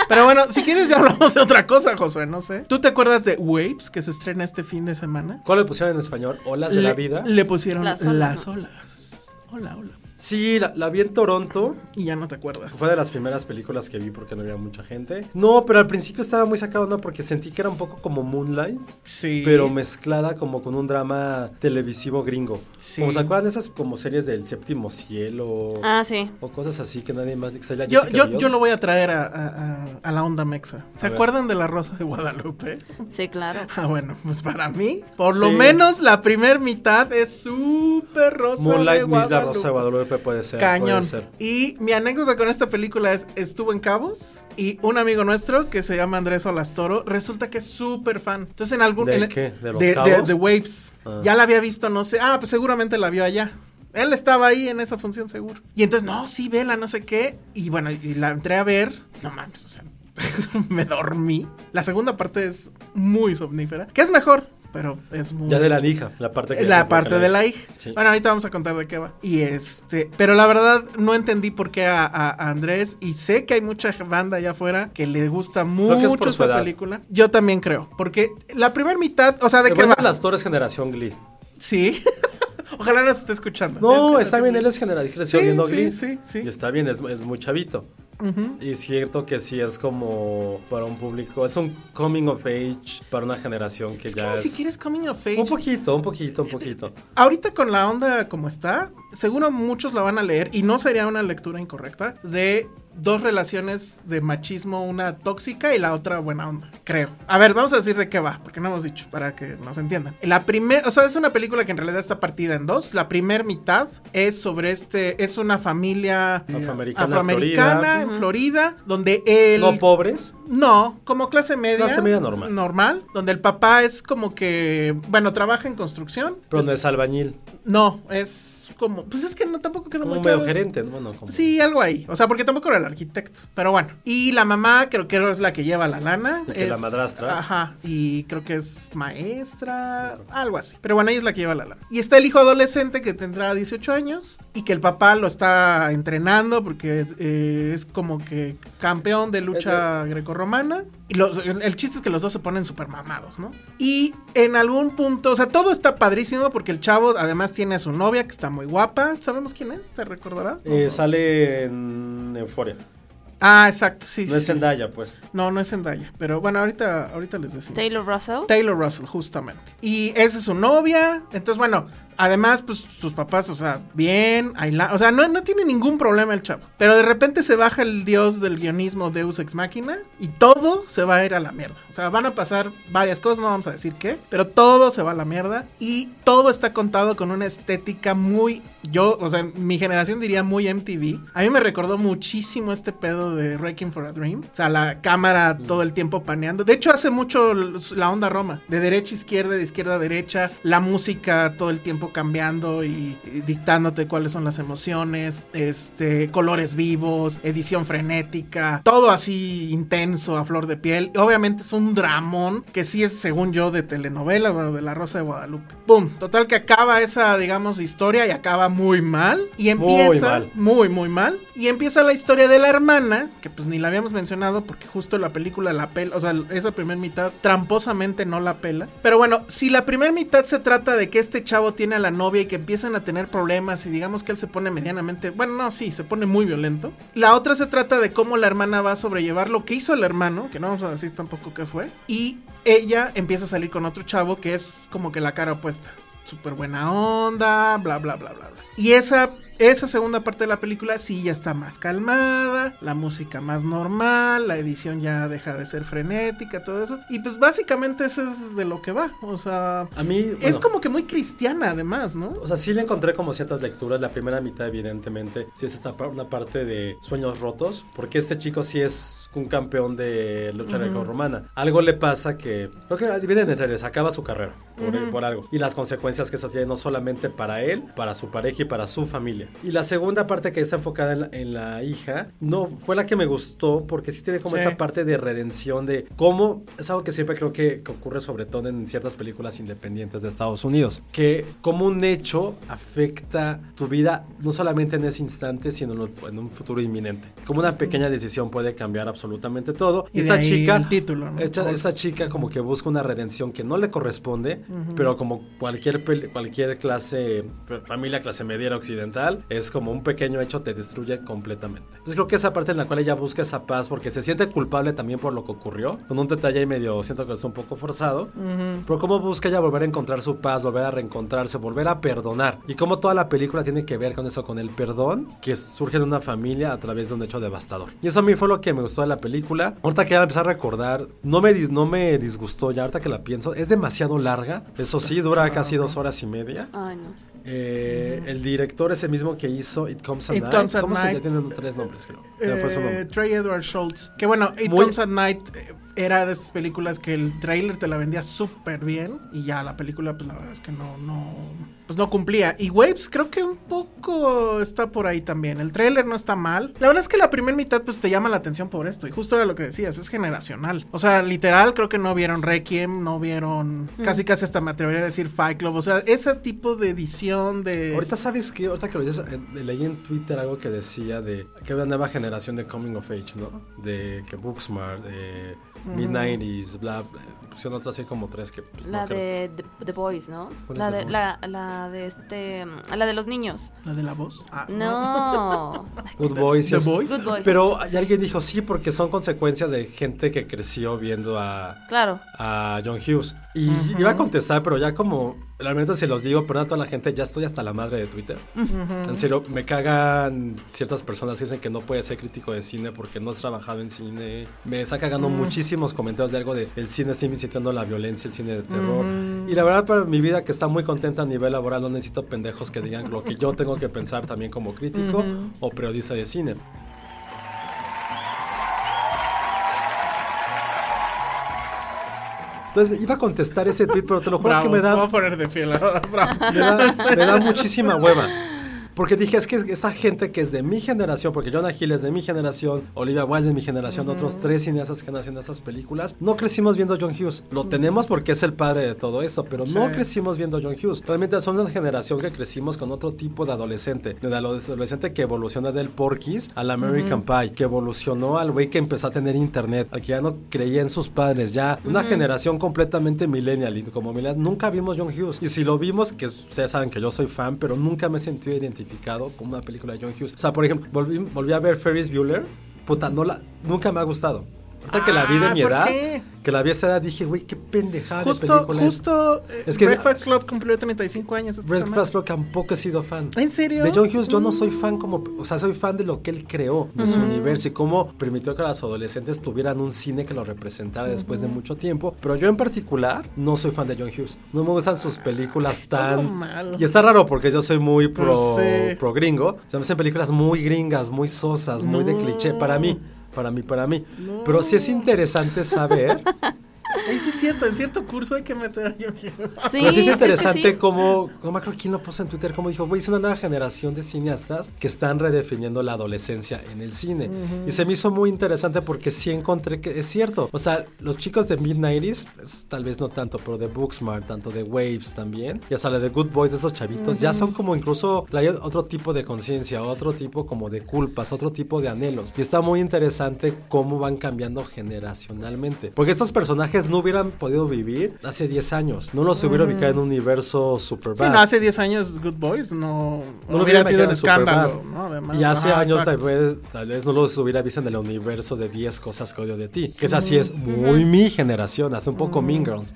Speaker 6: Pero bueno, si quieres ya hablamos de otra cosa, Josué, no sé. ¿Tú te acuerdas de Waves que se estrena este fin de semana?
Speaker 4: ¿Cuál le pusieron en español? ¿Olas de
Speaker 6: le,
Speaker 4: la vida?
Speaker 6: Le pusieron
Speaker 5: Las
Speaker 6: las
Speaker 5: olas,
Speaker 6: olas.
Speaker 5: ¿no?
Speaker 6: Hola, hola.
Speaker 4: Sí, la, la vi en Toronto.
Speaker 6: Y ya no te acuerdas.
Speaker 4: Fue de las primeras películas que vi porque no había mucha gente. No, pero al principio estaba muy sacado, ¿no? Porque sentí que era un poco como Moonlight,
Speaker 6: Sí.
Speaker 4: pero mezclada como con un drama televisivo gringo.
Speaker 6: Sí.
Speaker 4: Como se acuerdan de esas como series del séptimo cielo
Speaker 5: Ah, sí.
Speaker 4: o cosas así que nadie más... que salía
Speaker 6: Yo,
Speaker 4: Jessica
Speaker 6: yo,
Speaker 4: Biel.
Speaker 6: yo lo voy a traer a, a- a- a la onda mexa. ¿Se
Speaker 4: A ver.
Speaker 6: acuerdan de la Rosa de Guadalupe?
Speaker 5: Sí, claro.
Speaker 6: Ah, bueno, pues para mí, por lo
Speaker 4: Sí.
Speaker 6: menos la primer mitad es súper rosa. de
Speaker 4: Moonlight Miss
Speaker 6: Guadalupe.
Speaker 4: la Rosa de Guadalupe puede ser.
Speaker 6: Cañón.
Speaker 4: Puede ser.
Speaker 6: Y mi anécdota con esta película es, estuvo en Cabos y un amigo nuestro que se llama Andrés Olastoro, resulta que es súper fan. Entonces en algún...
Speaker 4: ¿De
Speaker 6: en-
Speaker 4: qué? ¿De los
Speaker 6: de,
Speaker 4: Cabos?
Speaker 6: de Waves.
Speaker 4: Ah.
Speaker 6: Ya la había visto, no sé. Ah, pues seguramente la vio allá. Él estaba ahí en esa función seguro. Y entonces, no, sí, vela, no sé qué. Y bueno, y la entré a ver. No mames, o sea, me dormí. La segunda parte es muy somnífera, que es mejor, pero es muy...
Speaker 4: Ya de la lija, la parte que se
Speaker 6: La
Speaker 4: fue
Speaker 6: parte
Speaker 4: con
Speaker 6: de
Speaker 4: él.
Speaker 6: la hija.
Speaker 4: Sí.
Speaker 6: Bueno, ahorita vamos a contar de qué va. Y este, pero la verdad no entendí por qué a, a- a Andrés y sé que hay mucha banda allá afuera que le gusta
Speaker 4: Creo que es por
Speaker 6: mucho
Speaker 4: su
Speaker 6: esta
Speaker 4: edad.
Speaker 6: película. Yo también creo, porque la primera mitad, o sea, de
Speaker 4: Te
Speaker 6: qué va.
Speaker 4: vuelven las Torres generación Glee.
Speaker 6: Sí. Ojalá nos esté escuchando.
Speaker 4: No,
Speaker 6: Es que
Speaker 4: está bien, él es
Speaker 6: Sí,
Speaker 4: generación viendo
Speaker 6: sí,
Speaker 4: Glee.
Speaker 6: sí, sí.
Speaker 4: Y está bien, es, es muy chavito. Y siento que sí es como para un público, es un coming of age para una generación que
Speaker 6: Es que
Speaker 4: ya
Speaker 6: ni
Speaker 4: es...
Speaker 6: siquiera es coming of age.
Speaker 4: Un poquito, un poquito, un poquito.
Speaker 6: Ahorita con la onda como está, seguro muchos la van a leer y no sería una lectura incorrecta de dos relaciones de machismo, una tóxica y la otra buena onda, creo. A ver, vamos a decir de qué va, porque no hemos dicho, para que nos entiendan. La primera, o sea, es una película que en realidad está partida en dos. La primera mitad es sobre este, es una familia eh,
Speaker 4: Afroamericana,
Speaker 6: afroamericana
Speaker 4: Florida.
Speaker 6: en Florida, donde él...
Speaker 4: No pobres,
Speaker 6: No, como clase media.
Speaker 4: Clase media normal.
Speaker 6: Normal, donde el papá es como que, bueno, trabaja en construcción.
Speaker 4: pero no es albañil.
Speaker 6: No, es como, pues es que no tampoco quedó
Speaker 4: Como
Speaker 6: muy
Speaker 4: medio
Speaker 6: claro.
Speaker 4: gerente, bueno, como...
Speaker 6: Sí, algo ahí. O sea, porque tampoco era el arquitecto. Pero bueno. Y la mamá creo que es la que lleva la lana.
Speaker 4: Y que
Speaker 6: es-
Speaker 4: la madrastra.
Speaker 6: Ajá. Y creo que es maestra, algo así. Pero bueno, ella es la que lleva la lana. Y está el hijo adolescente que tendrá 18 años y que el papá lo está entrenando porque eh, es como que campeón de lucha grecorromana. Y los- el chiste es que los dos se ponen súper mamados, ¿no? Y en algún punto, o sea, todo está padrísimo porque el chavo además tiene a su novia que está muy guapa. ¿Sabemos quién es? ¿Te recordarás?
Speaker 4: Eh, sale en Euforia.
Speaker 6: Ah, exacto, sí.
Speaker 4: No es
Speaker 6: sí.
Speaker 4: Zendaya, pues.
Speaker 6: No, no es Zendaya. Pero bueno, ahorita, ahorita les decimos.
Speaker 5: Taylor Russell.
Speaker 6: Taylor Russell, justamente. Y esa es su novia. Entonces, bueno, además, pues sus papás, o sea, bien, hay la- o sea, no, no tiene ningún problema el chavo. Pero de repente se baja el dios del guionismo Deus Ex Machina y todo se va a ir a la mierda. O sea, van a pasar varias cosas, no vamos a decir qué, pero todo se va a la mierda y todo está contado con una estética muy, yo, o sea, mi generación diría muy MTV. A mí me recordó muchísimo este pedo de Wrecking for a Dream. O sea, la cámara todo el tiempo paneando. De hecho, hace mucho l- la onda Roma. De derecha a izquierda, de izquierda a derecha. La música todo el tiempo cambiando y, y dictándote cuáles son las emociones. Este, colores vivos, edición frenética. Todo así intenso, a flor de piel. Y obviamente es un dramón que sí es, según yo, de telenovela, bueno, de La Rosa de Guadalupe. ¡Pum! Total que acaba esa, digamos, historia y acaba muy mal. Y empieza
Speaker 4: mal.
Speaker 6: muy, muy mal. Y empieza la historia de la hermana, que pues ni la habíamos mencionado porque justo la película la pela, o sea, esa primera mitad tramposamente no la pela. Pero bueno, si la primera mitad se trata de que este chavo tiene a la novia y que empiezan a tener problemas y digamos que él se pone medianamente, bueno, no, sí, se pone muy violento. La otra se trata de cómo la hermana va a sobrellevar lo que hizo el hermano, que no vamos a decir tampoco qué fue, y ella empieza a salir con otro chavo que es como que la cara opuesta. Súper buena onda, bla, bla, bla, bla, bla. Y esa esa segunda parte de la película sí ya está más calmada, la música más normal, la edición ya deja de ser frenética, todo eso. Y pues básicamente eso es de lo que va. O sea,
Speaker 4: A mí...
Speaker 6: es
Speaker 4: bueno,
Speaker 6: como que muy cristiana además, ¿no?
Speaker 4: O sea, sí le encontré como ciertas lecturas. La primera mitad, evidentemente, sí es esta pa- una parte de sueños rotos. Porque este chico sí es un campeón de lucha grecorromana. Algo le pasa que. Creo que viene de tres, acaba su carrera por, por algo. Y las consecuencias que eso tiene no solamente para él, para su pareja y para su familia. Y la segunda parte que está enfocada en la, en la hija, no fue la que me gustó. Porque sí tiene como
Speaker 6: Sí.
Speaker 4: esta parte de redención de cómo. Es algo que siempre creo que, que ocurre, sobre todo en ciertas películas independientes de Estados Unidos. Que como un hecho afecta tu vida, no solamente en ese instante, sino en un- en un futuro inminente. Como una pequeña decisión puede cambiar absolutamente todo.
Speaker 6: Y de
Speaker 4: esta
Speaker 6: ahí
Speaker 4: chica.
Speaker 6: el título, ¿no?
Speaker 4: esta- esta chica como que busca una redención que no le corresponde, pero como cualquier, pel- cualquier clase, f- familia clase media occidental, es como un pequeño hecho te destruye completamente. Entonces creo que esa parte en la cual ella busca esa paz porque se siente culpable también por lo que ocurrió, con un detalle ahí medio, siento que es un poco forzado, pero cómo busca ella volver a encontrar su paz, volver a reencontrarse, volver a perdonar. Y cómo toda la película tiene que ver con eso, con el perdón que surge de una familia a través de un hecho devastador. Y eso a mí fue lo que me gustó de la película. Ahorita que ya la empecé a recordar, no me, dis- no me disgustó ya, ahorita que la pienso, es demasiado larga. Eso sí, dura casi dos horas y media.
Speaker 5: Ay, no.
Speaker 4: Eh, el director es el mismo mismo que hizo It Comes at
Speaker 6: It
Speaker 4: Night.
Speaker 6: Comes at
Speaker 4: ¿Cómo se
Speaker 6: Night.
Speaker 4: ya tienen tres nombres, creo? O sea, fue su
Speaker 6: Eh,
Speaker 4: nombre.
Speaker 6: Trey Edward Schultz. Que bueno, It
Speaker 4: Muy-
Speaker 6: Comes at Night eh, era de estas películas que el trailer te la vendía súper bien. Y ya la película, pues la verdad es que no, no. Pues no cumplía. Y Waves creo que un poco está por ahí también. El trailer no está mal. La verdad es que la primera mitad, pues te llama la atención por esto. Y justo era lo que decías, es generacional. O sea, literal, creo que no vieron Requiem, no vieron. Casi casi hasta me atrevería a decir Fight Club. O sea, ese tipo de edición de.
Speaker 4: Ahorita sabes que, ahorita que lo dices, eh, leí en Twitter algo que decía de que había una nueva generación de coming of age, ¿no? De que Booksmart, de Mid-90s, bla, bla. Pusieron otra así como tres que. pues,
Speaker 5: La
Speaker 4: no creo.
Speaker 5: de The, The Boys, ¿no?
Speaker 4: ¿Cuál es
Speaker 5: La
Speaker 4: The
Speaker 5: de,
Speaker 4: Boys?
Speaker 5: la, la de este. La de los niños.
Speaker 6: ¿La de la voz? Ah,
Speaker 5: No.
Speaker 4: Good Boys.
Speaker 6: The
Speaker 4: es-
Speaker 6: Boys.
Speaker 5: Good Boys.
Speaker 4: Pero y alguien dijo sí, porque son consecuencia de gente que creció viendo a,
Speaker 5: Claro.
Speaker 4: a John Hughes. Y iba a contestar, pero ya como, realmente se los digo, pero a toda la gente, ya estoy hasta la madre de Twitter. En serio, me cagan ciertas personas que dicen que no puede ser crítico de cine porque no has trabajado en cine. Me está cagando muchísimos comentarios de algo de el cine está incitando la violencia, el cine de terror. Y la verdad, para mi vida, que está muy contenta a nivel laboral, no necesito pendejos que digan lo que yo tengo que pensar también como crítico o periodista de cine. Entonces iba a contestar ese tweet, pero te lo juro
Speaker 6: Bravo,
Speaker 4: que me da
Speaker 6: me voy a poner de fiel ahora, bravo.
Speaker 4: me da, me da muchísima hueva. Porque dije, es que esa gente que es de mi generación, porque Jonah Hill es de mi generación, Olivia Wilde es de mi generación, otros tres cineastas que han haciendo esas películas, no crecimos viendo John Hughes. Lo tenemos porque es el padre de todo esto, pero no
Speaker 6: Sí.
Speaker 4: crecimos viendo John Hughes. Realmente son una generación que crecimos con otro tipo de adolescente, de adoles- adolescente que evoluciona del Porky's al American Pie, que evolucionó al güey que empezó a tener internet, al que ya no creía en sus padres, ya una generación completamente millennial, y como millennial nunca vimos John Hughes. Y si lo vimos, que ustedes saben que yo soy fan, pero nunca me he sentido identificado con una película de John Hughes. O sea, por ejemplo, volví, volví a ver Ferris Bueller, puta, no la, nunca me ha gustado. Ahorita que la vi de
Speaker 6: Ah,
Speaker 4: mi
Speaker 6: ¿por
Speaker 4: edad,
Speaker 6: qué?
Speaker 4: que la vi a esta edad, dije, güey, qué pendejada de
Speaker 6: Justo,
Speaker 4: película es".
Speaker 6: justo. eh,
Speaker 4: Es que-
Speaker 6: Breakfast Club cumplió 35 años. esta semana.
Speaker 4: Breakfast Club tampoco he sido fan.
Speaker 6: ¿En serio? Mm.
Speaker 4: De John Hughes yo no soy fan como, o sea, soy fan de lo que él creó, de su universo y cómo permitió que los adolescentes tuvieran un cine que los representara después de mucho tiempo. Pero yo en particular no soy fan de John Hughes. No me gustan sus películas
Speaker 6: todo
Speaker 4: tan...
Speaker 6: mal.
Speaker 4: Y está raro porque yo soy muy pro,
Speaker 6: Pues sí.
Speaker 4: pro gringo. Se me hacen películas muy gringas, muy sosas, muy de
Speaker 6: No.
Speaker 4: cliché para mí. Para mí, para mí. Pero sí es interesante saber
Speaker 6: Ahí sí es cierto, en cierto curso hay que meter a John Hughes.
Speaker 5: Sí,
Speaker 4: Pero sí es
Speaker 5: que
Speaker 4: interesante
Speaker 5: sí.
Speaker 4: cómo, no me acuerdo quién lo puso en Twitter, como dijo, güey, es una nueva generación de cineastas que están redefiniendo la adolescencia en el cine. Y se me hizo muy interesante porque sí encontré que es cierto. O sea, los chicos de mid-90s, es- tal vez no tanto, pero de Booksmart, tanto de Waves también, ya sale de Good Boys, de esos chavitos, ya son como incluso traen otro tipo de conciencia, otro tipo como de culpas, otro tipo de anhelos. Y está muy interesante cómo van cambiando generacionalmente. Porque estos personajes no hubieran podido vivir hace 10 años. No los hubiera ubicado en un universo super
Speaker 6: Sí, no, hace 10 años Good Boys no,
Speaker 4: no lo
Speaker 6: hubiera
Speaker 4: hubiera imaginado
Speaker 6: sido un
Speaker 4: en Superman.
Speaker 6: escándalo. ¿no? Además,
Speaker 4: y hace
Speaker 6: ajá,
Speaker 4: años tal
Speaker 6: exacto.
Speaker 4: vez, tal vez no los hubiera visto en el universo de 10 cosas que odio de ti. Que es así, es muy mi generación, hasta un poco Mean Girls.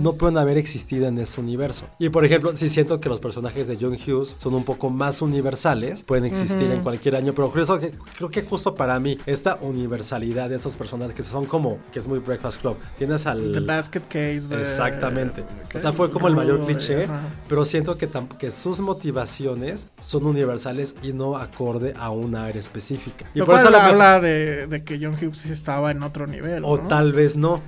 Speaker 4: No pueden haber existido en ese universo. Y por ejemplo, si siento que los personajes de John Hughes son un poco más universales, pueden existir en cualquier año, pero creo que, creo que justo para mí, esta universalidad de esos personajes que son como, que es muy Breakfast Club, tienes al...
Speaker 6: The Basket Case. de-
Speaker 4: Exactamente.
Speaker 6: ¿qué?
Speaker 4: O sea, fue como el mayor
Speaker 6: Rudo,
Speaker 4: cliché,
Speaker 6: ajá.
Speaker 4: pero siento que, tam- que sus motivaciones son universales y no acorde a una área específica. Y
Speaker 6: Lo
Speaker 4: por
Speaker 6: cual
Speaker 4: eso a lo mejor-
Speaker 6: habla de, de que John Hughes sí estaba en otro nivel.
Speaker 4: o
Speaker 6: ¿no?
Speaker 4: tal vez no,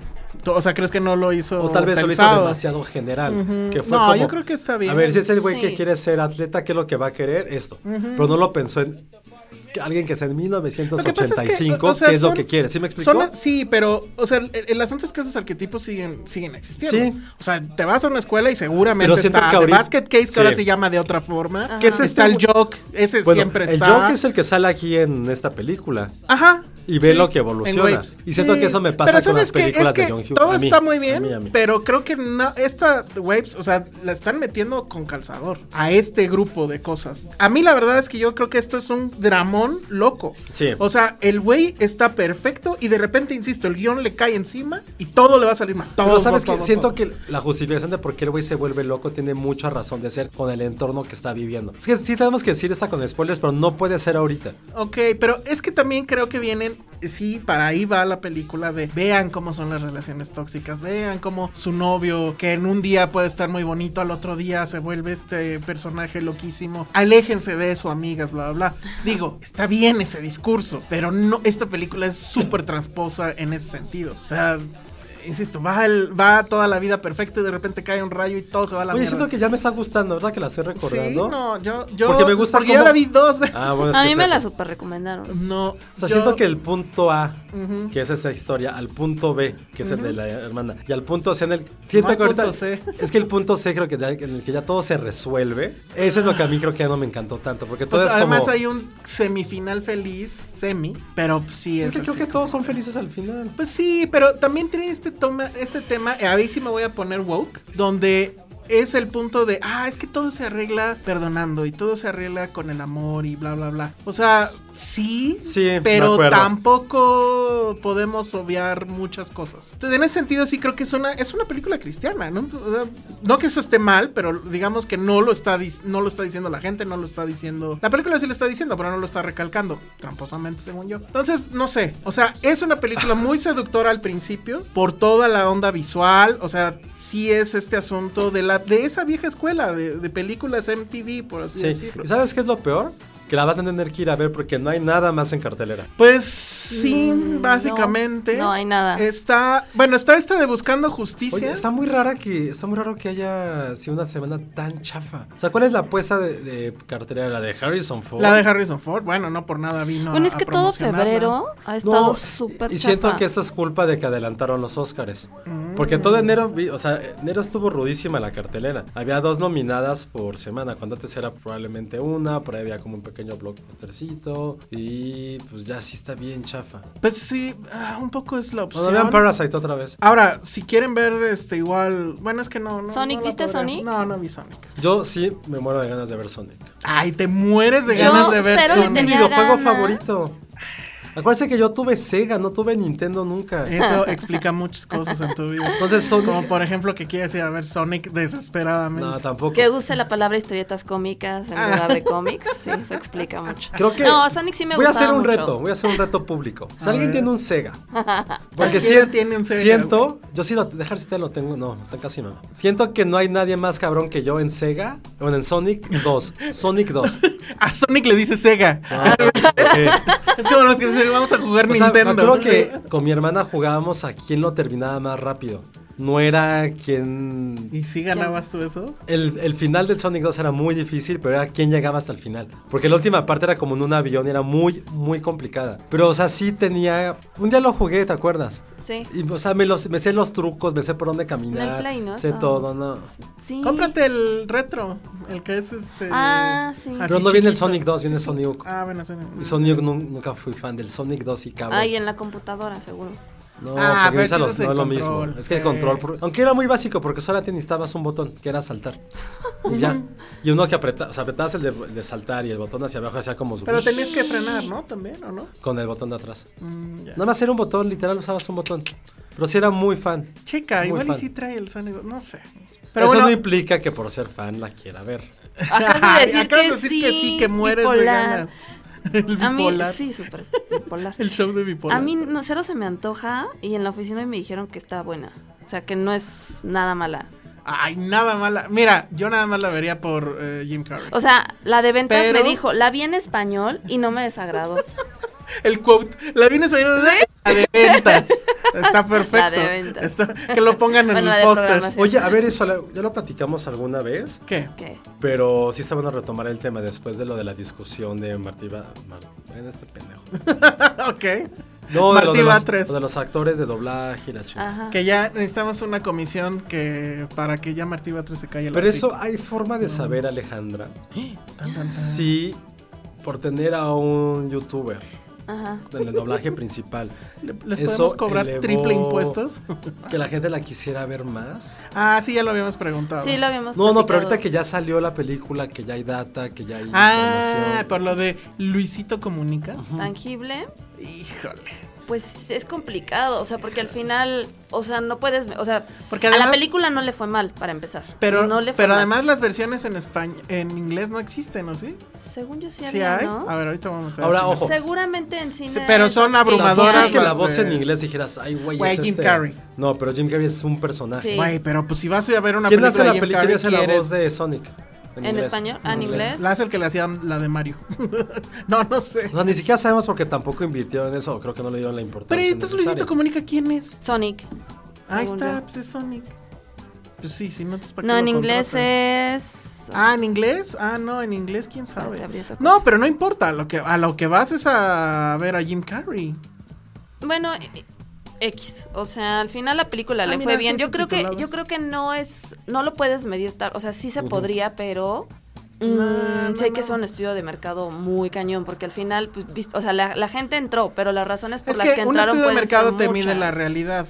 Speaker 6: O sea, ¿crees que no lo hizo?
Speaker 4: o tal vez lo hizo
Speaker 6: pensado?
Speaker 4: demasiado general. que fue
Speaker 6: No,
Speaker 4: como,
Speaker 6: yo creo que está bien.
Speaker 4: A ver, si es el güey que
Speaker 5: Sí.
Speaker 4: quiere ser atleta, ¿qué es lo que va a querer? Esto. Pero no lo pensó en es que alguien que sea en 1985,
Speaker 6: o sea,
Speaker 4: ¿qué es lo
Speaker 6: son-
Speaker 4: que quiere? ¿Sí me explicó?
Speaker 6: son- sí, pero, o sea, el, el asunto es que esos arquetipos siguen, siguen existiendo.
Speaker 4: Sí.
Speaker 6: O sea, te vas a una escuela y seguramente
Speaker 4: Pero siento que
Speaker 6: está The
Speaker 4: ahorita-
Speaker 6: Basket Case, que
Speaker 4: Sí.
Speaker 6: ahora se llama de otra forma.
Speaker 4: ¿Qué es
Speaker 6: está
Speaker 4: este-
Speaker 6: el joke, ese
Speaker 4: Bueno,
Speaker 6: siempre
Speaker 4: el
Speaker 6: está.
Speaker 4: Joker es el que sale aquí en esta película.
Speaker 6: Ajá.
Speaker 4: Y ve
Speaker 6: Sí,
Speaker 4: lo que evoluciona.
Speaker 6: en Waves.
Speaker 4: Y siento que eso me pasa
Speaker 6: Pero
Speaker 4: con
Speaker 6: ¿sabes
Speaker 4: las
Speaker 6: qué?
Speaker 4: películas
Speaker 6: Es que
Speaker 4: de John Hughes.
Speaker 6: Todo
Speaker 4: A mí,
Speaker 6: está muy
Speaker 4: a
Speaker 6: bien,
Speaker 4: mí, a mí.
Speaker 6: pero creo que no, esta Waves, o sea, la están metiendo con calzador a este grupo de cosas. A mí la verdad es que yo creo que esto es un dramón loco.
Speaker 4: Sí.
Speaker 6: O sea, el güey está perfecto y de repente, insisto, el guión le cae encima y todo le va a salir mal. Todo,
Speaker 4: Pero sabes
Speaker 6: todo,
Speaker 4: que
Speaker 6: todo,
Speaker 4: siento
Speaker 6: todo.
Speaker 4: que la justificación de por qué el güey se vuelve loco tiene mucha razón de ser con el entorno que está viviendo. Es que sí tenemos que decir esta con spoilers, pero no puede ser ahorita.
Speaker 6: Ok, pero es que también creo que vienen sí, para ahí va la película de vean cómo son las relaciones tóxicas, vean cómo su novio, que en un día puede estar muy bonito, al otro día se vuelve este personaje loquísimo. Aléjense de eso, amigas, bla, bla, bla. Digo, está bien ese discurso, pero no, esta película es súper transposa en ese sentido. O sea, insisto, va, el- va toda la vida perfecto y de repente cae un rayo y todo se va a la
Speaker 4: Oye,
Speaker 6: mierda.
Speaker 4: siento que ya me está gustando, ¿verdad? Que la estoy
Speaker 6: Sí,
Speaker 4: recordando.
Speaker 6: no, yo, yo.
Speaker 4: Porque me gusta
Speaker 6: Porque
Speaker 4: cómo-
Speaker 6: yo la vi dos veces.
Speaker 4: Ah, bueno, es
Speaker 5: A
Speaker 4: que
Speaker 5: mí
Speaker 4: es
Speaker 5: me
Speaker 4: eso.
Speaker 5: la super recomendaron.
Speaker 6: No.
Speaker 4: O sea,
Speaker 6: yo-
Speaker 4: siento que el punto A,
Speaker 6: Ujú.
Speaker 4: que es esta historia, al punto B, que es el de la hermana, y al punto C en el... Siento
Speaker 6: No,
Speaker 4: que ahorita-
Speaker 6: punto C.
Speaker 4: Es que el punto C creo que ya- en el que ya todo se resuelve. Eso es lo que a mí creo que ya no me encantó tanto, porque todo
Speaker 6: Pues
Speaker 4: es
Speaker 6: además
Speaker 4: como...
Speaker 6: hay un semifinal feliz, semi, pero sí es.
Speaker 4: es que creo
Speaker 6: así
Speaker 4: que
Speaker 6: como-
Speaker 4: todos son felices al final.
Speaker 6: Pues sí, pero también tiene este, toma, este tema, eh, a ver si me voy a poner woke, donde es el punto de, ah, es que todo se arregla perdonando y todo se arregla con el amor y bla, bla, bla. O sea, sí,
Speaker 4: Sí, me
Speaker 6: pero
Speaker 4: acuerdo.
Speaker 6: tampoco podemos obviar muchas cosas. Entonces, en ese sentido sí creo que es una, es una película cristiana, ¿no? O sea, no que eso esté mal, pero digamos que no lo, está, dis- no lo está diciendo la gente, no lo está diciendo... La película sí lo está diciendo, pero no lo está recalcando, tramposamente según yo. Entonces, no sé, o sea, es una película muy seductora al principio, por toda la onda visual, o sea, sí es este asunto de, la, de esa vieja escuela de, de películas MTV, por así
Speaker 4: Sí.
Speaker 6: decirlo.
Speaker 4: ¿Y sabes qué es lo peor? Que la vas a tener que ir a ver porque no hay nada más en cartelera.
Speaker 6: Pues sí,
Speaker 5: Mm, no.
Speaker 6: básicamente.
Speaker 5: No hay nada.
Speaker 6: Está, bueno, está esta de Buscando Justicia.
Speaker 4: Oye, está muy rara que está muy raro que haya sido una semana tan chafa. O sea, ¿cuál es la apuesta de, de cartelera? ¿La de Harrison Ford?
Speaker 6: La de Harrison Ford, bueno, no por nada vino.
Speaker 5: bueno,
Speaker 6: a-
Speaker 5: es que
Speaker 6: a
Speaker 5: todo
Speaker 6: promocionarla.
Speaker 5: febrero ha estado
Speaker 4: No,
Speaker 5: súper
Speaker 4: y siento
Speaker 5: chafa.
Speaker 4: que eso es culpa de que adelantaron los Oscars.
Speaker 6: Mm.
Speaker 4: Porque todo enero, vi- o sea, enero estuvo rudísima la cartelera. Había dos nominadas por semana, cuando antes era probablemente una, por ahí había como un pequeño blockbustercito y pues ya sí está bien chafa.
Speaker 6: Pues sí, ah, un poco es la opción.
Speaker 4: Bueno, vean Parasite otra vez.
Speaker 6: Ahora, si quieren ver este igual, bueno, es que no, no
Speaker 5: Sonic,
Speaker 6: no la
Speaker 5: ¿viste
Speaker 6: podré-
Speaker 5: Sonic?
Speaker 6: No, no vi Sonic.
Speaker 4: Yo sí me muero de ganas de ver Sonic.
Speaker 6: Ay, te mueres de
Speaker 5: Yo
Speaker 6: ganas de ver
Speaker 5: cero les
Speaker 6: Sonic.
Speaker 5: tenía
Speaker 4: Mi videojuego
Speaker 5: ganas.
Speaker 4: favorito. Acuérdense que yo tuve Sega, no tuve Nintendo nunca.
Speaker 6: Eso explica muchas cosas en tu vida.
Speaker 4: Entonces, Sonic-
Speaker 6: Como por ejemplo que quieres ir a ver Sonic desesperadamente.
Speaker 4: No, tampoco.
Speaker 5: Que use la palabra historietas cómicas en lugar de cómics. Sí, eso explica mucho.
Speaker 4: Ah. Creo que
Speaker 5: No, Sonic sí me
Speaker 4: Voy a hacer
Speaker 5: gustaba
Speaker 4: un
Speaker 5: mucho.
Speaker 4: reto, voy a hacer un reto público. Si
Speaker 6: A
Speaker 4: alguien
Speaker 6: ver.
Speaker 4: tiene un Sega. Porque
Speaker 6: ¿Quién
Speaker 4: sien-
Speaker 6: tiene un Sega,
Speaker 4: siento, yo sí lo dejar si te lo tengo, no, está casi no. Siento que no hay nadie más cabrón que yo en Sega, bueno, en Sonic 2, Sonic 2.
Speaker 6: A Sonic le dice Sega.
Speaker 4: Eh,
Speaker 6: Es como los que dicen, vamos a jugar
Speaker 4: o sea, me
Speaker 6: Nintendo.
Speaker 4: acuerdo que con mi hermana jugábamos a quién lo terminaba más rápido. No era quien
Speaker 6: ¿Y si ganabas tú eso?
Speaker 4: El, el final del Sonic 2 era muy difícil, pero era quién llegaba hasta el final. Porque la última parte era como en un avión y era muy, muy complicada. Pero, o sea, sí tenía. Un día lo jugué, ¿te acuerdas?
Speaker 5: Sí.
Speaker 4: Y, o sea, me, los, me sé los trucos, me sé por dónde caminar.
Speaker 5: En el Play, ¿no?
Speaker 4: Sé todo, ¿no?
Speaker 5: Sí.
Speaker 6: Cómprate el retro, el que es este.
Speaker 5: Ah, sí.
Speaker 6: así
Speaker 4: Pero no viene el
Speaker 6: chiquito.
Speaker 4: Sonic 2, viene Sonic.
Speaker 6: Ah, bueno, Sonic.
Speaker 4: Y Sonic nu- nunca fui fan del Sonic 2 y cabrón.
Speaker 5: Ay, en la computadora, seguro.
Speaker 4: No,
Speaker 6: Ah,
Speaker 4: porque
Speaker 6: pero
Speaker 4: esa
Speaker 6: el
Speaker 4: los-
Speaker 6: chiste es
Speaker 4: no es
Speaker 6: el
Speaker 4: lo
Speaker 6: control,
Speaker 4: mismo. Es que el
Speaker 6: sí.
Speaker 4: control. por- Aunque era muy básico, porque solo te necesitabas un botón, que era saltar. Y ya. Y uno que apretaba, o sea, apretabas el de, el de saltar y el botón hacia abajo hacía como su.
Speaker 6: Pero tenías que frenar, ¿no? También, ¿o no?
Speaker 4: Con el botón de atrás.
Speaker 6: Mm, ya.
Speaker 4: Nada más era un botón, literal usabas un botón. Pero sí era muy fan.
Speaker 6: Chica,
Speaker 4: Muy
Speaker 6: igual
Speaker 4: fan.
Speaker 6: y sí trae el Sonic 2, no sé.
Speaker 4: Pero
Speaker 6: Pero
Speaker 4: Eso
Speaker 6: bueno,
Speaker 4: no implica que por ser fan la quiera ver.
Speaker 5: Acabas de decir,
Speaker 6: acabas
Speaker 5: que,
Speaker 6: de decir
Speaker 5: sí,
Speaker 6: que sí, que mueres
Speaker 5: bipolar.
Speaker 6: de ganas. El
Speaker 5: A mí,
Speaker 6: bipolar.
Speaker 5: sí, súper bipolar.
Speaker 6: El show de bipolar.
Speaker 5: A mí no, cero se me antoja y en la oficina hoy me dijeron que está buena. O sea, que no es nada mala.
Speaker 6: Ay, nada mala. Mira, yo nada más la vería por eh, Jim Carrey.
Speaker 5: O sea, la de ventas
Speaker 6: Pero-
Speaker 5: me dijo, la vi en español y no me desagradó.
Speaker 6: El quote. La viene subiendo de, la de ventas. Está perfecto.
Speaker 5: La de ventas.
Speaker 6: Está- que lo pongan en
Speaker 5: Bueno, la
Speaker 6: el
Speaker 5: de
Speaker 6: póster.
Speaker 5: programación.
Speaker 4: Oye, a ver, eso la- ya lo platicamos alguna vez.
Speaker 6: ¿Qué?
Speaker 5: ¿Qué?
Speaker 4: Pero sí está bueno retomar el tema después de lo de la discusión de Martí Ba- Mar- en este pendejo.
Speaker 6: ok.
Speaker 4: No, de, lo
Speaker 6: Martí
Speaker 4: de, los,
Speaker 6: Batres.
Speaker 4: lo de los actores de doblaje y la chingada.
Speaker 5: Ajá.
Speaker 6: Que ya necesitamos una comisión que para que ya Martí Batres se calle la
Speaker 4: Pero
Speaker 6: boca.
Speaker 4: eso hay forma
Speaker 6: Mm.
Speaker 4: de saber, Alejandra,
Speaker 6: Tan, tan, tan.
Speaker 4: si por tener a un youtuber
Speaker 5: Ajá.
Speaker 4: en el doblaje principal,
Speaker 6: ¿Le- ¿Les
Speaker 4: Eso
Speaker 6: podemos cobrar
Speaker 4: elevó-
Speaker 6: triple impuestos?
Speaker 4: que la gente la quisiera ver más.
Speaker 6: ah, sí, ya lo habíamos preguntado.
Speaker 5: Sí, lo habíamos
Speaker 4: No, no, pero ahorita que
Speaker 5: platicado.
Speaker 4: ya salió la película, que ya hay data, que ya hay
Speaker 6: Ah,
Speaker 4: información.
Speaker 6: por lo de Luisito Comunica.
Speaker 5: Tangible.
Speaker 6: Híjole.
Speaker 5: pues es complicado, o sea, porque al final, o sea, no puedes, o sea,
Speaker 6: Porque
Speaker 5: a
Speaker 6: además-
Speaker 5: la película no le fue mal, para empezar.
Speaker 6: Pero,
Speaker 5: no le fue
Speaker 6: pero
Speaker 5: mal.
Speaker 6: además las versiones en español, en inglés no existen, ¿o sí?
Speaker 5: Según yo sí,
Speaker 6: Sí
Speaker 5: había,
Speaker 6: hay.
Speaker 5: ¿no?
Speaker 6: A ver, ahorita vamos a
Speaker 4: Ahora,
Speaker 6: si-
Speaker 4: ojo.
Speaker 5: Seguramente en cine.
Speaker 6: Sí, pero son
Speaker 5: es-
Speaker 4: Las otras
Speaker 6: abrumadoras
Speaker 4: que la
Speaker 6: las
Speaker 4: voz
Speaker 6: de-
Speaker 4: en inglés dijeras, ay, güey,
Speaker 6: Güey,
Speaker 4: es
Speaker 6: Jim
Speaker 4: este".
Speaker 6: Carrey.
Speaker 4: No, pero Jim Carrey es un personaje.
Speaker 5: Sí.
Speaker 6: Güey, pero pues si vas a ver una
Speaker 4: ¿Quién
Speaker 6: película
Speaker 4: hace la
Speaker 6: de Jim
Speaker 4: película? ¿Quién
Speaker 6: Carrey,
Speaker 4: hace la
Speaker 6: quieres-
Speaker 4: voz de Sonic?
Speaker 5: ¿En español? Ah, en
Speaker 4: No sé.
Speaker 5: inglés.
Speaker 6: La hace el que le hacía la de Mario. no, no sé.
Speaker 4: O sea, ni siquiera sabemos porque tampoco invirtió en eso. Creo que no le dieron la importancia.
Speaker 6: Pero entonces
Speaker 4: necesaria.
Speaker 6: Luisito Comunica, ¿quién es?
Speaker 5: Sonic.
Speaker 6: Ahí
Speaker 5: Según
Speaker 6: está,
Speaker 5: yo.
Speaker 6: pues es Sonic. Pues sí, si no, entonces ¿para qué
Speaker 5: No, en
Speaker 6: lo
Speaker 5: inglés
Speaker 6: contratas?
Speaker 5: es.
Speaker 6: Ah, ¿en inglés? Ah, no, en inglés, quién
Speaker 5: Te
Speaker 6: sabe.
Speaker 5: abrí otra
Speaker 6: No,
Speaker 5: cosa.
Speaker 6: pero no importa. a Lo que, a lo que vas es a ver a Jim Carrey.
Speaker 5: Bueno, eh, X. O sea, al final la película
Speaker 6: Ah,
Speaker 5: le
Speaker 6: mira,
Speaker 5: fue
Speaker 6: sí
Speaker 5: bien.
Speaker 6: hay
Speaker 5: Yo creo que, yo
Speaker 6: subtitulados.
Speaker 5: creo que no es. No lo puedes medir tal. O sea, sí se podría, pero. mm,
Speaker 6: No, no,
Speaker 5: sé que
Speaker 6: no.
Speaker 5: es un estudio de mercado muy cañón, porque al final, pues, viste- o sea, la, la gente entró, pero las razones por
Speaker 6: Es
Speaker 5: las
Speaker 6: que,
Speaker 5: que
Speaker 6: un
Speaker 5: entraron
Speaker 6: estudio de
Speaker 5: pueden ser
Speaker 6: mercado te mide
Speaker 5: muchas.
Speaker 6: la realidad.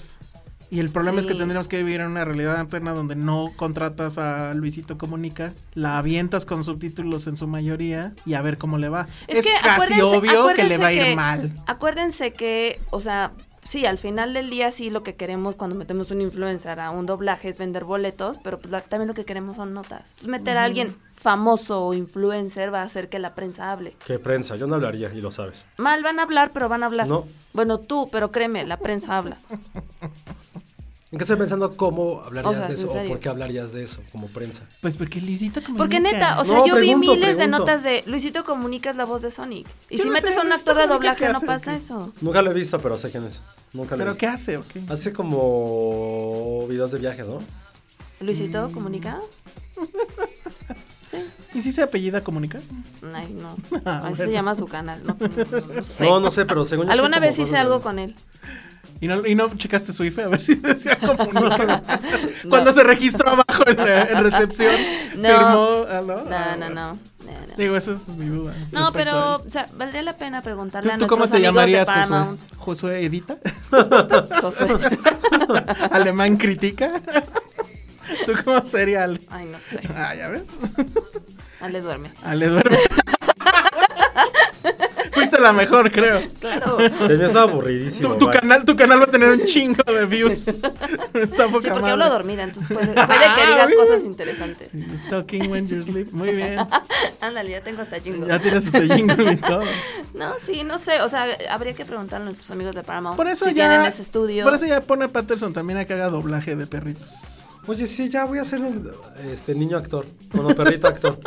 Speaker 6: Y el problema es que
Speaker 5: Sí.
Speaker 6: tendríamos que vivir en una realidad alterna donde no contratas a Luisito Comunica, la avientas con subtítulos en su mayoría y a ver cómo le va. Es, casi
Speaker 5: acuérdense-
Speaker 6: obvio que le va a ir
Speaker 5: acuérdense que-
Speaker 6: mal.
Speaker 5: Acuérdense que, o sea, sí, al final del día sí lo que queremos cuando metemos un influencer a un doblaje es vender boletos, pero pues la- también lo que queremos son notas. Entonces, meter a alguien famoso o influencer va a hacer que la prensa hable.
Speaker 4: Qué prensa, yo no hablaría y lo sabes.
Speaker 5: Mal van a hablar, pero van a hablar.
Speaker 4: No.
Speaker 5: Bueno, tú, pero créeme, la prensa habla.
Speaker 4: ¿En qué estoy pensando cómo hablarías
Speaker 5: O sea,
Speaker 4: de
Speaker 5: en
Speaker 4: eso? ¿O
Speaker 5: serio.
Speaker 4: por qué hablarías de eso como prensa?
Speaker 6: Pues porque Luisito Comunica.
Speaker 5: Porque neta, o sea,
Speaker 4: No,
Speaker 5: yo vi
Speaker 4: pregunto,
Speaker 5: miles de
Speaker 4: pregunto.
Speaker 5: notas de Luisito Comunicas la voz de Sonic. Y
Speaker 6: Yo
Speaker 5: si
Speaker 6: no sé,
Speaker 5: metes a un
Speaker 6: Luisito
Speaker 5: actor de
Speaker 6: Comunica, ¿qué
Speaker 5: doblaje no
Speaker 6: hace o
Speaker 5: pasa
Speaker 6: qué?
Speaker 5: eso.
Speaker 4: Nunca lo he visto, pero sé quién es. Nunca lo he
Speaker 6: ¿Pero
Speaker 4: visto.
Speaker 6: qué hace? ¿O qué?
Speaker 4: Hace como videos de viajes, ¿no?
Speaker 5: Luisito Comunica.
Speaker 6: ¿Y si se apellida Comunica?
Speaker 5: Ay, no.
Speaker 6: Ah,
Speaker 5: Así se
Speaker 6: bueno.
Speaker 5: llama su canal. No, no, no sé.
Speaker 4: No, no sé, pero según yo
Speaker 5: Alguna
Speaker 4: sí como
Speaker 5: vez hice
Speaker 4: cosas
Speaker 5: algo
Speaker 4: de-
Speaker 5: con él.
Speaker 6: ¿Y no, y no checaste su IFE a ver si decía Comunica? Cuando se registró abajo en, la- en recepción,
Speaker 5: No.
Speaker 6: firmó. ah, no,
Speaker 5: No, no,
Speaker 6: Ah, bueno.
Speaker 5: no. No, no.
Speaker 6: Digo, esa es mi duda.
Speaker 5: No,
Speaker 6: respecto
Speaker 5: pero
Speaker 6: a él.
Speaker 5: o sea, valdría la pena
Speaker 6: ¿Tú,
Speaker 5: preguntarle a
Speaker 6: tú cómo
Speaker 5: nuestros
Speaker 6: te
Speaker 5: amigos de
Speaker 6: llamarías, Josué?
Speaker 5: Paramount.
Speaker 6: ¿Josué Edita?
Speaker 5: Josué.
Speaker 6: ¿Alemán critica? ¿Tú cómo sería Ale?
Speaker 5: Ay, no sé.
Speaker 6: Ah, ¿ya ves?
Speaker 5: Ale duerme.
Speaker 6: Ale duerme. Fuiste la mejor, creo.
Speaker 5: Claro.
Speaker 4: El mío estaba aburridísimo.
Speaker 6: Tu, tu
Speaker 4: vaya.
Speaker 6: canal, tu canal va a tener un chingo de views. Está poca
Speaker 5: Sí, porque
Speaker 6: madre.
Speaker 5: hablo dormida, entonces puede, puede que diga
Speaker 6: Ah, uy.
Speaker 5: cosas interesantes.
Speaker 6: Talking when you sleep. Muy bien.
Speaker 5: Ándale, ya tengo hasta jingle.
Speaker 6: Ya tienes este jingle y todo.
Speaker 5: No, sí, no sé. O sea, habría que preguntarle a nuestros amigos de Paramount
Speaker 6: Por eso
Speaker 5: si
Speaker 6: ya.
Speaker 5: tienen ese estudio.
Speaker 6: Por eso ya pone a Patterson también a que haga doblaje de perritos.
Speaker 4: Oye, sí, ya voy a ser un este, niño actor. Bueno, perrito actor.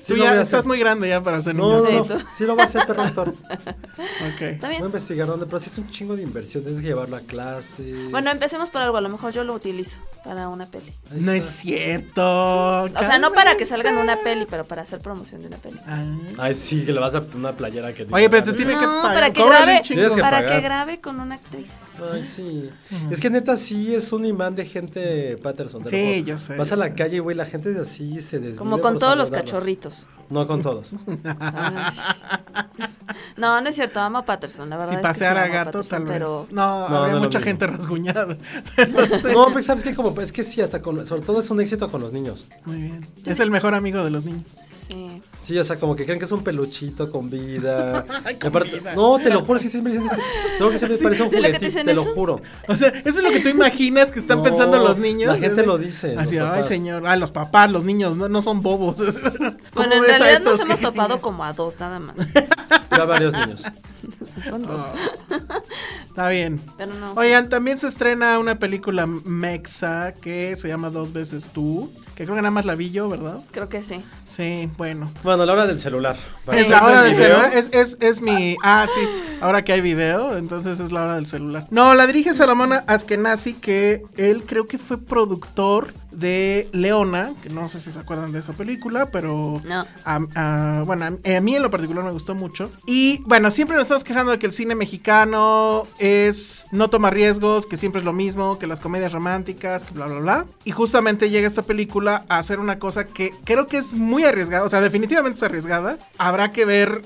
Speaker 4: Sí
Speaker 6: Tú
Speaker 4: lo voy
Speaker 6: ya
Speaker 4: a
Speaker 6: estás
Speaker 4: hacer.
Speaker 6: muy grande ya para ser
Speaker 4: No,
Speaker 6: niño.
Speaker 4: no, no.
Speaker 5: Sí, tú.
Speaker 4: Sí lo voy a hacer perro actor.
Speaker 6: Ok.
Speaker 5: Está
Speaker 4: Voy a
Speaker 5: bien.
Speaker 4: investigar dónde, pero sí es un chingo de inversión. Tienes que llevarlo a clase.
Speaker 5: Bueno, empecemos por algo. A lo mejor yo lo utilizo para una peli.
Speaker 4: Ahí
Speaker 6: No es
Speaker 4: está.
Speaker 6: cierto.
Speaker 5: O sea, no para que salga en una peli, pero para hacer promoción de una peli.
Speaker 6: Ah.
Speaker 4: Ay, sí, que le vas a poner una playera que diga,
Speaker 6: Oye, pero te
Speaker 4: "Dale".
Speaker 6: tiene que
Speaker 5: No,
Speaker 6: pagar.
Speaker 5: para que
Speaker 6: Cóbrale un
Speaker 5: grabe,
Speaker 6: chingo.
Speaker 4: Tienes que
Speaker 5: para
Speaker 4: pagar.
Speaker 5: que grabe con una actriz.
Speaker 4: Ay, sí. Es que neta sí es un imán de gente Patterson. te lo
Speaker 6: Sí,
Speaker 4: juro.
Speaker 6: yo sé,
Speaker 4: Vas
Speaker 6: yo
Speaker 4: a la
Speaker 6: sé.
Speaker 4: calle, güey, la gente es así se desvía.
Speaker 5: Como con todos los cachorritos.
Speaker 4: No con todos.
Speaker 5: Ay. No, no es cierto, amo a Patterson, la verdad.
Speaker 6: Si
Speaker 5: es que
Speaker 6: paseara
Speaker 5: sí amo a
Speaker 6: gato,
Speaker 5: Patterson,
Speaker 6: tal vez.
Speaker 5: pero-
Speaker 6: No,
Speaker 4: No,
Speaker 6: habría
Speaker 4: no lo
Speaker 6: mucha
Speaker 4: mismo.
Speaker 6: gente rasguñada. Pero sí.
Speaker 4: No, pero sabes que como es que sí hasta con sobre todo es un éxito con los niños.
Speaker 6: Muy bien. Es el mejor amigo de los niños.
Speaker 5: Sí.
Speaker 4: Sí, o sea, como que creen que es un peluchito con vida.
Speaker 6: Ay,
Speaker 4: Y
Speaker 6: con
Speaker 4: aparte-
Speaker 6: vida.
Speaker 4: No, te lo juro, es que siempre dices, no, que siempre parece un
Speaker 5: ¿sí es lo que te
Speaker 4: juguetito, te,
Speaker 5: dicen
Speaker 4: lo
Speaker 5: eso?
Speaker 4: juro.
Speaker 6: O sea, eso es lo que tú imaginas que están
Speaker 4: No,
Speaker 6: pensando los niños.
Speaker 4: la gente
Speaker 6: Así-
Speaker 4: lo dice,
Speaker 6: Así,
Speaker 4: los
Speaker 6: ay,
Speaker 4: papás".
Speaker 6: señor. Ah, los papás, los niños, no, no son bobos. ¿Cómo
Speaker 5: Bueno, en
Speaker 6: ves a
Speaker 5: realidad
Speaker 6: estos
Speaker 5: nos hemos
Speaker 6: que-
Speaker 5: topado como a dos nada más.
Speaker 4: Ya varios niños.
Speaker 5: Son dos.
Speaker 6: Está bien.
Speaker 5: Pero no.
Speaker 6: Oigan, también se estrena una película mexa que se llama Dos veces tú. Que creo que nada más la vi yo, ¿verdad?
Speaker 5: Creo que sí.
Speaker 6: Sí, bueno.
Speaker 4: Bueno, la hora del celular. Para
Speaker 6: Es
Speaker 4: hacer
Speaker 6: la
Speaker 4: buen
Speaker 6: hora del
Speaker 4: video,
Speaker 6: celular. Es, es, es mi. Ah, sí. Ahora que hay video, entonces es la hora del celular. No, la dirige Salomón Askenazi, que él creo que fue productor de Leona, que no sé si se acuerdan de esa película, pero.
Speaker 5: No.
Speaker 6: a- a- bueno, a, a mí en lo particular me gustó mucho. Y bueno, siempre nos estamos quejando de que el cine mexicano es no toma riesgos, que siempre es lo mismo, que las comedias románticas, que bla, bla, bla. Y justamente llega esta película a hacer una cosa que creo que es muy arriesgada, o sea, definitivamente es arriesgada. Habrá que ver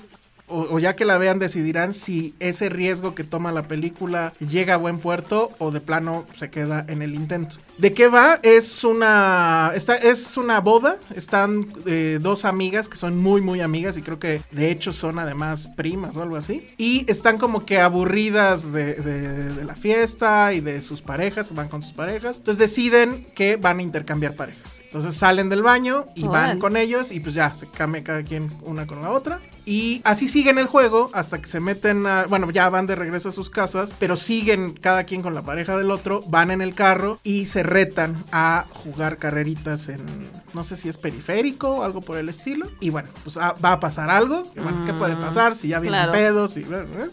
Speaker 6: o, o ya que la vean decidirán si ese riesgo que toma la película llega a buen puerto o de plano se queda en el intento. ¿De qué va? Es una, está, es una boda. Están eh, dos amigas que son muy, muy amigas y creo que de hecho son además primas o algo así. Y están como que aburridas de, de- de la fiesta y de sus parejas, van con sus parejas. Entonces deciden que van a intercambiar parejas. Entonces salen del baño y van
Speaker 5: Órale.
Speaker 6: con ellos y pues ya se cambia cada quien una con la otra. Y así siguen el juego hasta que se meten a, bueno, ya van de regreso a sus casas, pero siguen cada quien con la pareja del otro, van en el carro y se retan a jugar carreritas en, no sé si es periférico o algo por el estilo. Y bueno, pues ah, va a pasar algo. Y bueno, ¿qué puede pasar si ya vienen
Speaker 5: claro.
Speaker 6: pedos y... eh,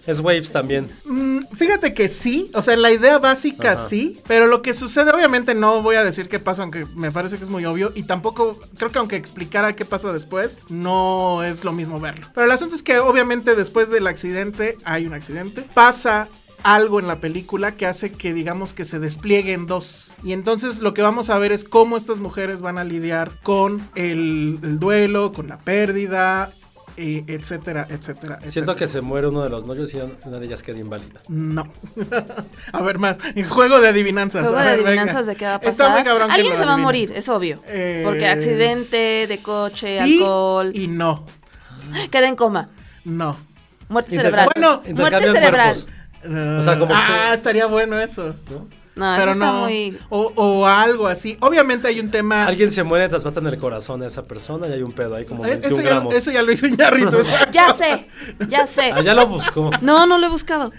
Speaker 4: Es Waves también.
Speaker 6: Mm, Fíjate que sí, o sea, la idea básica sí, pero lo que sucede, obviamente no voy a decir qué pasa, aunque me parece que es muy obvio, y tampoco creo que aunque explicara qué pasa después, no es lo mismo verlo. Pero el asunto es que obviamente después del accidente, hay un accidente, pasa algo en la película que hace que digamos que se despliegue en dos. Y entonces lo que vamos a ver es cómo estas mujeres van a lidiar con el, el duelo, con la pérdida, eh, etcétera, etcétera, etcétera.
Speaker 4: Siento que se muere uno de los novios y una de ellas queda inválida.
Speaker 6: No. a ver, más. Juego de adivinanzas.
Speaker 5: Juego
Speaker 6: pues, a
Speaker 5: de
Speaker 6: ver, venga.
Speaker 5: adivinanzas de qué va a pasar.
Speaker 6: Está muy cabrón que
Speaker 5: Alguien
Speaker 6: lo
Speaker 5: se va a
Speaker 6: adivine.
Speaker 5: morir, es obvio.
Speaker 6: Eh,
Speaker 5: porque accidente de coche,
Speaker 6: sí
Speaker 5: alcohol.
Speaker 6: Y no.
Speaker 5: Queda en coma.
Speaker 6: No.
Speaker 5: Muerte
Speaker 4: Interca-
Speaker 5: cerebral.
Speaker 6: Bueno,
Speaker 5: muerte
Speaker 4: intercambian
Speaker 5: cerebral.
Speaker 4: cuerpos. O sea, como que se-
Speaker 6: ah, estaría bueno eso.
Speaker 5: No, eso
Speaker 6: Pero
Speaker 5: está
Speaker 6: no.
Speaker 5: muy.
Speaker 6: O, o algo así. Obviamente hay un tema.
Speaker 4: Alguien se muere, trasmatan el corazón a esa persona y hay un pedo ahí como
Speaker 6: Eh,
Speaker 4: 21
Speaker 6: Eso ya,
Speaker 4: gramos.
Speaker 6: eso ya lo hizo Iñarrito.
Speaker 5: Ya sé, ya sé.
Speaker 4: Allá lo buscó.
Speaker 5: No, no lo he buscado.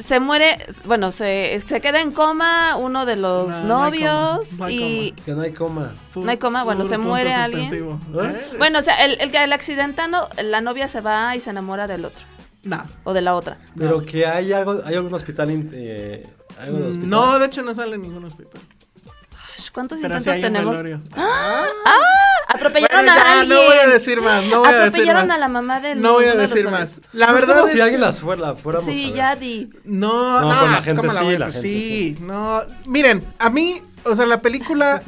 Speaker 5: Se muere, bueno, se, se queda en coma uno de los
Speaker 6: No, no hay
Speaker 5: novios
Speaker 6: coma, no hay
Speaker 5: y...
Speaker 4: Que no hay coma.
Speaker 5: No hay coma, bueno, se muere alguien.
Speaker 6: ¿Eh?
Speaker 4: ¿Eh?
Speaker 5: Bueno, o sea, el, el, que- el accidentando, la novia se va y se enamora del otro
Speaker 6: No.
Speaker 5: o de la otra.
Speaker 4: Pero que hay algo, hay algún hospital, in- eh, hay algún hospital.
Speaker 6: Mm, No, de hecho no sale en ningún hospital.
Speaker 5: Ay, ¿Cuántos
Speaker 6: Pero sí
Speaker 5: intentos
Speaker 6: hay un
Speaker 5: tenemos?
Speaker 6: velorio.
Speaker 5: Atropellaron
Speaker 6: Bueno,
Speaker 5: a
Speaker 6: ya,
Speaker 5: alguien.
Speaker 6: no voy a decir más, no voy a decir
Speaker 5: Atropellaron
Speaker 6: más.
Speaker 5: a la mamá del
Speaker 6: No voy a
Speaker 5: uno de los Pues,
Speaker 6: decir
Speaker 5: novios.
Speaker 6: más. La verdad
Speaker 4: como
Speaker 6: es
Speaker 4: si alguien las fuera, la fuéramos a
Speaker 5: Sí,
Speaker 4: ver.
Speaker 5: ya di.
Speaker 6: No,
Speaker 4: No,
Speaker 6: no,
Speaker 4: con la
Speaker 6: pues,
Speaker 4: gente
Speaker 6: ¿cómo
Speaker 4: sí,
Speaker 6: voy a-
Speaker 4: la
Speaker 6: pues,
Speaker 4: gente
Speaker 6: sí, no. Miren, a mí, o sea, la película,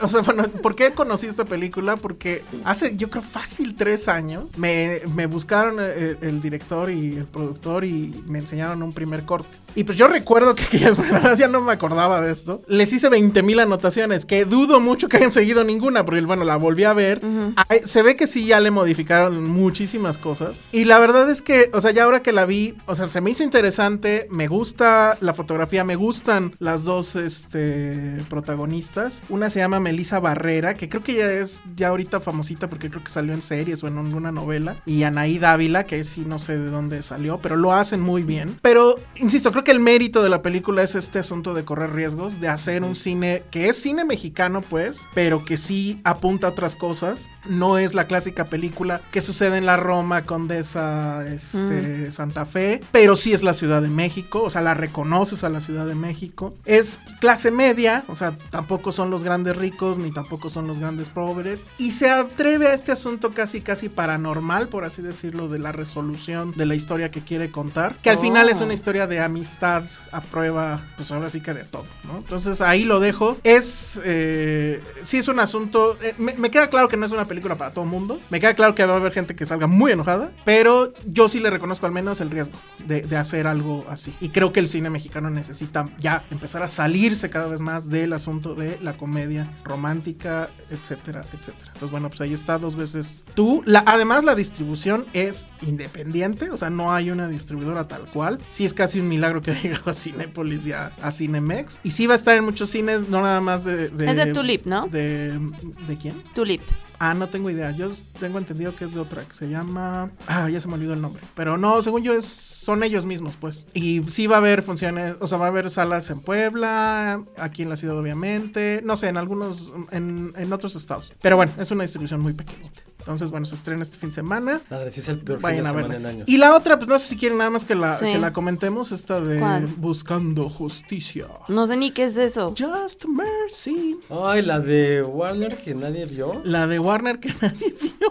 Speaker 6: o sea, bueno, ¿por qué conocí esta película? Porque hace, yo creo, fácil tres años, me, me buscaron eh, el, el director y el productor y me enseñaron un primer corte. Y pues yo recuerdo que aquellas programas ya no me acordaba de esto. Les hice 20 mil anotaciones, que dudo mucho que hayan seguido ninguna, porque bueno, la volví a ver. Ay, Se ve que sí ya le modificaron muchísimas cosas. Y la verdad es que, o sea, ya ahora que la vi, o sea, se me hizo interesante, me gusta la fotografía, me gustan las dos este, protagonistas. Una se llama Melissa Barrera, que creo que ya es ya ahorita famosita porque creo que salió en series o en alguna novela. Y Anaí Dávila, que sí no sé de dónde salió, pero lo hacen muy bien. Pero, insisto, creo que el mérito de la película es este asunto de correr riesgos, de hacer un cine que es cine mexicano, pues, pero que sí apunta a otras cosas. No es la clásica película que sucede en la Roma, Condesa, este, Santa Fe, pero sí es la Ciudad de México, o sea, la reconoces a la Ciudad de México. Es clase media, o sea, tampoco son los grandes ricos ni tampoco son los grandes pobres. Y se atreve a este asunto casi, casi paranormal, por así decirlo, de la resolución de la historia que quiere contar, que al
Speaker 5: Oh.
Speaker 6: final es una historia de amistad a prueba, pues ahora sí que de todo, ¿no? Entonces ahí lo dejo. Es, eh, sí es un asunto, eh, me, me queda claro que no es una película para todo mundo, me queda claro que va a haber gente que salga muy enojada, pero yo sí le reconozco al menos el riesgo de, de hacer algo así. Y creo que el cine mexicano necesita ya empezar a salirse cada vez más del asunto de la comedia romántica, etcétera, etcétera. Entonces bueno, pues ahí está dos veces tú. La, además la distribución es independiente, o sea, no hay una distribuidora tal cual. Sí es casi un milagro que ha llegado a Cinépolis y a, a Cinemex. Y sí va a estar en muchos cines, no nada más de... de-
Speaker 5: Es de Tulip, ¿no?
Speaker 6: De, ¿De quién?
Speaker 5: Tulip.
Speaker 6: Ah, no tengo idea. Yo tengo entendido que es de otra, que se llama. Ah, ya se me olvidó el nombre. Pero no, según yo, es... son ellos mismos, pues. Y sí va a haber funciones, o sea, va a haber salas en Puebla, aquí en la ciudad, obviamente. No sé, en algunos, en, en otros estados. Pero bueno, es una distribución muy pequeñita. Entonces, bueno, se estrena este fin de semana.
Speaker 4: Madre, sí es el peor fin
Speaker 6: Vayan
Speaker 4: de
Speaker 6: a
Speaker 4: semana en
Speaker 6: verla.
Speaker 4: años.
Speaker 6: Y la otra, pues no sé si quieren nada más que la,
Speaker 5: Sí.
Speaker 6: que la comentemos, esta de
Speaker 5: ¿Cuál?
Speaker 6: Buscando Justicia.
Speaker 5: No sé ni qué es eso.
Speaker 6: Just Mercy.
Speaker 4: Ay, la de Warner que nadie vio.
Speaker 6: La de Warner que nadie vio.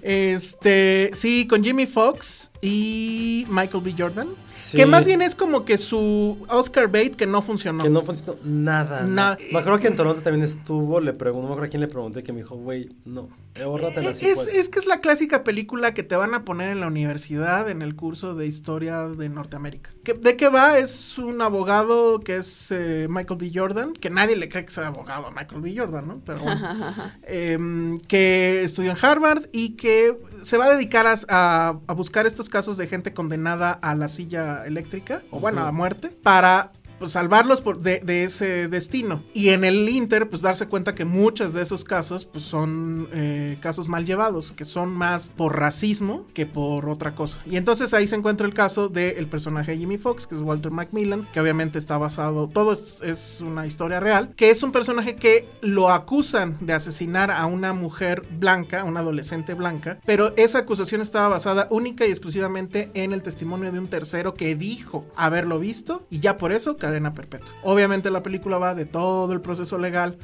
Speaker 6: Este, sí, con Jimmy Fox y Michael B. Jordan.
Speaker 4: Sí.
Speaker 6: Que más bien es como que su Oscar bait que no funcionó.
Speaker 4: Que no funcionó nada.
Speaker 6: Na- eh,
Speaker 4: nada. Me acuerdo que en Toronto también estuvo, le pregunto, no me acuerdo a quién le pregunté que me dijo, güey, no. Ahórratela pues". si
Speaker 6: E-, Eh, Es,
Speaker 4: puedes.
Speaker 6: es que es la clásica película que te van a poner en la universidad en el curso de historia de Norteamérica. ¿Qué- ¿De qué va? Es un abogado que es eh, Michael B. Jordan, que nadie le cree que sea abogado a Michael B. Jordan, ¿no? Pero bueno. Em, que estudió en Harvard y que se va a dedicar a, a- a buscar estos casos de gente condenada a la silla eléctrica, o bueno, a muerte, para pues, salvarlos por- de, de ese destino. Y en el Inter, pues darse cuenta que muchos de esos casos pues, son eh, casos mal llevados, que son más por racismo que por otra cosa. Y entonces ahí se encuentra el caso del personaje de Jimmy Fox, que es Walter Macmillan, que obviamente está basado, todo es, es una historia real, que es un personaje que lo acusan de asesinar a una mujer blanca, una adolescente blanca, pero esa acusación estaba basada única y exclusivamente en el testimonio de un tercero que dijo haberlo visto y ya por eso cadena perpetua. Obviamente la película va de todo el proceso legal.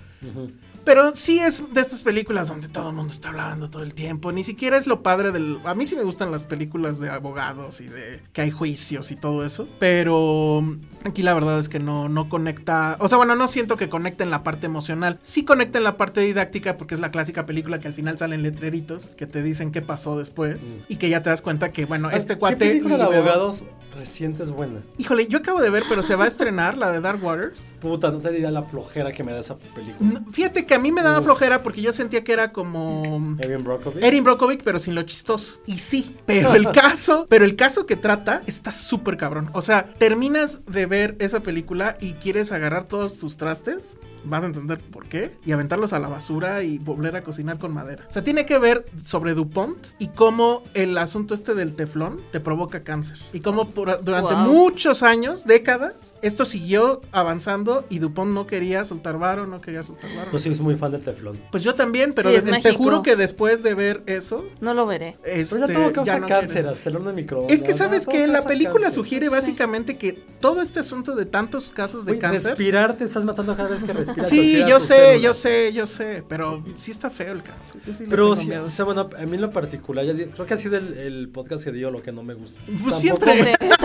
Speaker 6: Pero sí es de estas películas donde todo el mundo está hablando todo el tiempo. Ni siquiera es lo padre del. A mí sí me gustan las películas de abogados y de que hay juicios y todo eso. Pero aquí la verdad es que no, no conecta. O sea, bueno, no siento que conecte en la parte emocional. Sí conecta en la parte didáctica porque es la clásica película que al final salen letreritos que te dicen qué pasó después y que ya te das cuenta que, bueno, este cuate.
Speaker 4: Mm. Ah, ¿Qué película de
Speaker 6: liberó-
Speaker 4: abogados reciente es buena?
Speaker 6: Híjole, yo acabo de ver, pero se va a estrenar la de Dark Waters.
Speaker 4: Puta, no te diría la flojera que me da esa película.
Speaker 6: No, Fíjate que a mí me daba
Speaker 4: Uf.
Speaker 6: flojera porque yo sentía que era como.
Speaker 4: Erin Brockovich.
Speaker 6: Erin Brockovich, pero sin lo chistoso. Y sí, pero el caso, pero el caso que trata está súper cabrón. O sea, terminas de ver esa película y quieres agarrar todos sus trastes, vas a entender por qué, y aventarlos a la basura y volver a cocinar con madera. O sea, tiene que ver sobre DuPont y cómo el asunto este del teflón te provoca cáncer. Y cómo por- durante
Speaker 5: Wow.
Speaker 6: muchos años, décadas, esto siguió avanzando y DuPont no quería soltar varo, no quería soltar varo.
Speaker 4: Yo Pues sí soy muy fan del teflón.
Speaker 6: Pues yo también, pero
Speaker 5: Pues Sí, es
Speaker 6: desde- te
Speaker 5: mágico.
Speaker 6: juro que después de ver eso,
Speaker 5: No lo veré.
Speaker 6: este,
Speaker 4: Pero ya todo causa
Speaker 6: no
Speaker 4: cáncer,
Speaker 6: quieres.
Speaker 4: hasta el horno de microondas.
Speaker 6: Es que sabes
Speaker 4: ya todo
Speaker 6: que la
Speaker 4: causa
Speaker 6: película
Speaker 4: cáncer.
Speaker 6: sugiere básicamente que todo este asunto de tantos casos de
Speaker 4: Güey,
Speaker 6: cáncer.
Speaker 4: Respirar te estás matando cada vez que respiras.
Speaker 6: Sí,
Speaker 4: oxidas
Speaker 6: yo
Speaker 4: tus
Speaker 6: sé,
Speaker 4: células.
Speaker 6: yo sé, yo sé, pero sí está feo el cáncer. yo sí le
Speaker 4: Pero,
Speaker 6: tengo
Speaker 4: sí,
Speaker 6: miedo.
Speaker 4: o sea, bueno, a mí en lo particular, ya di- creo que ha sido el, el podcast que dio lo que no me gusta.
Speaker 6: Pues siempre.
Speaker 5: Sí.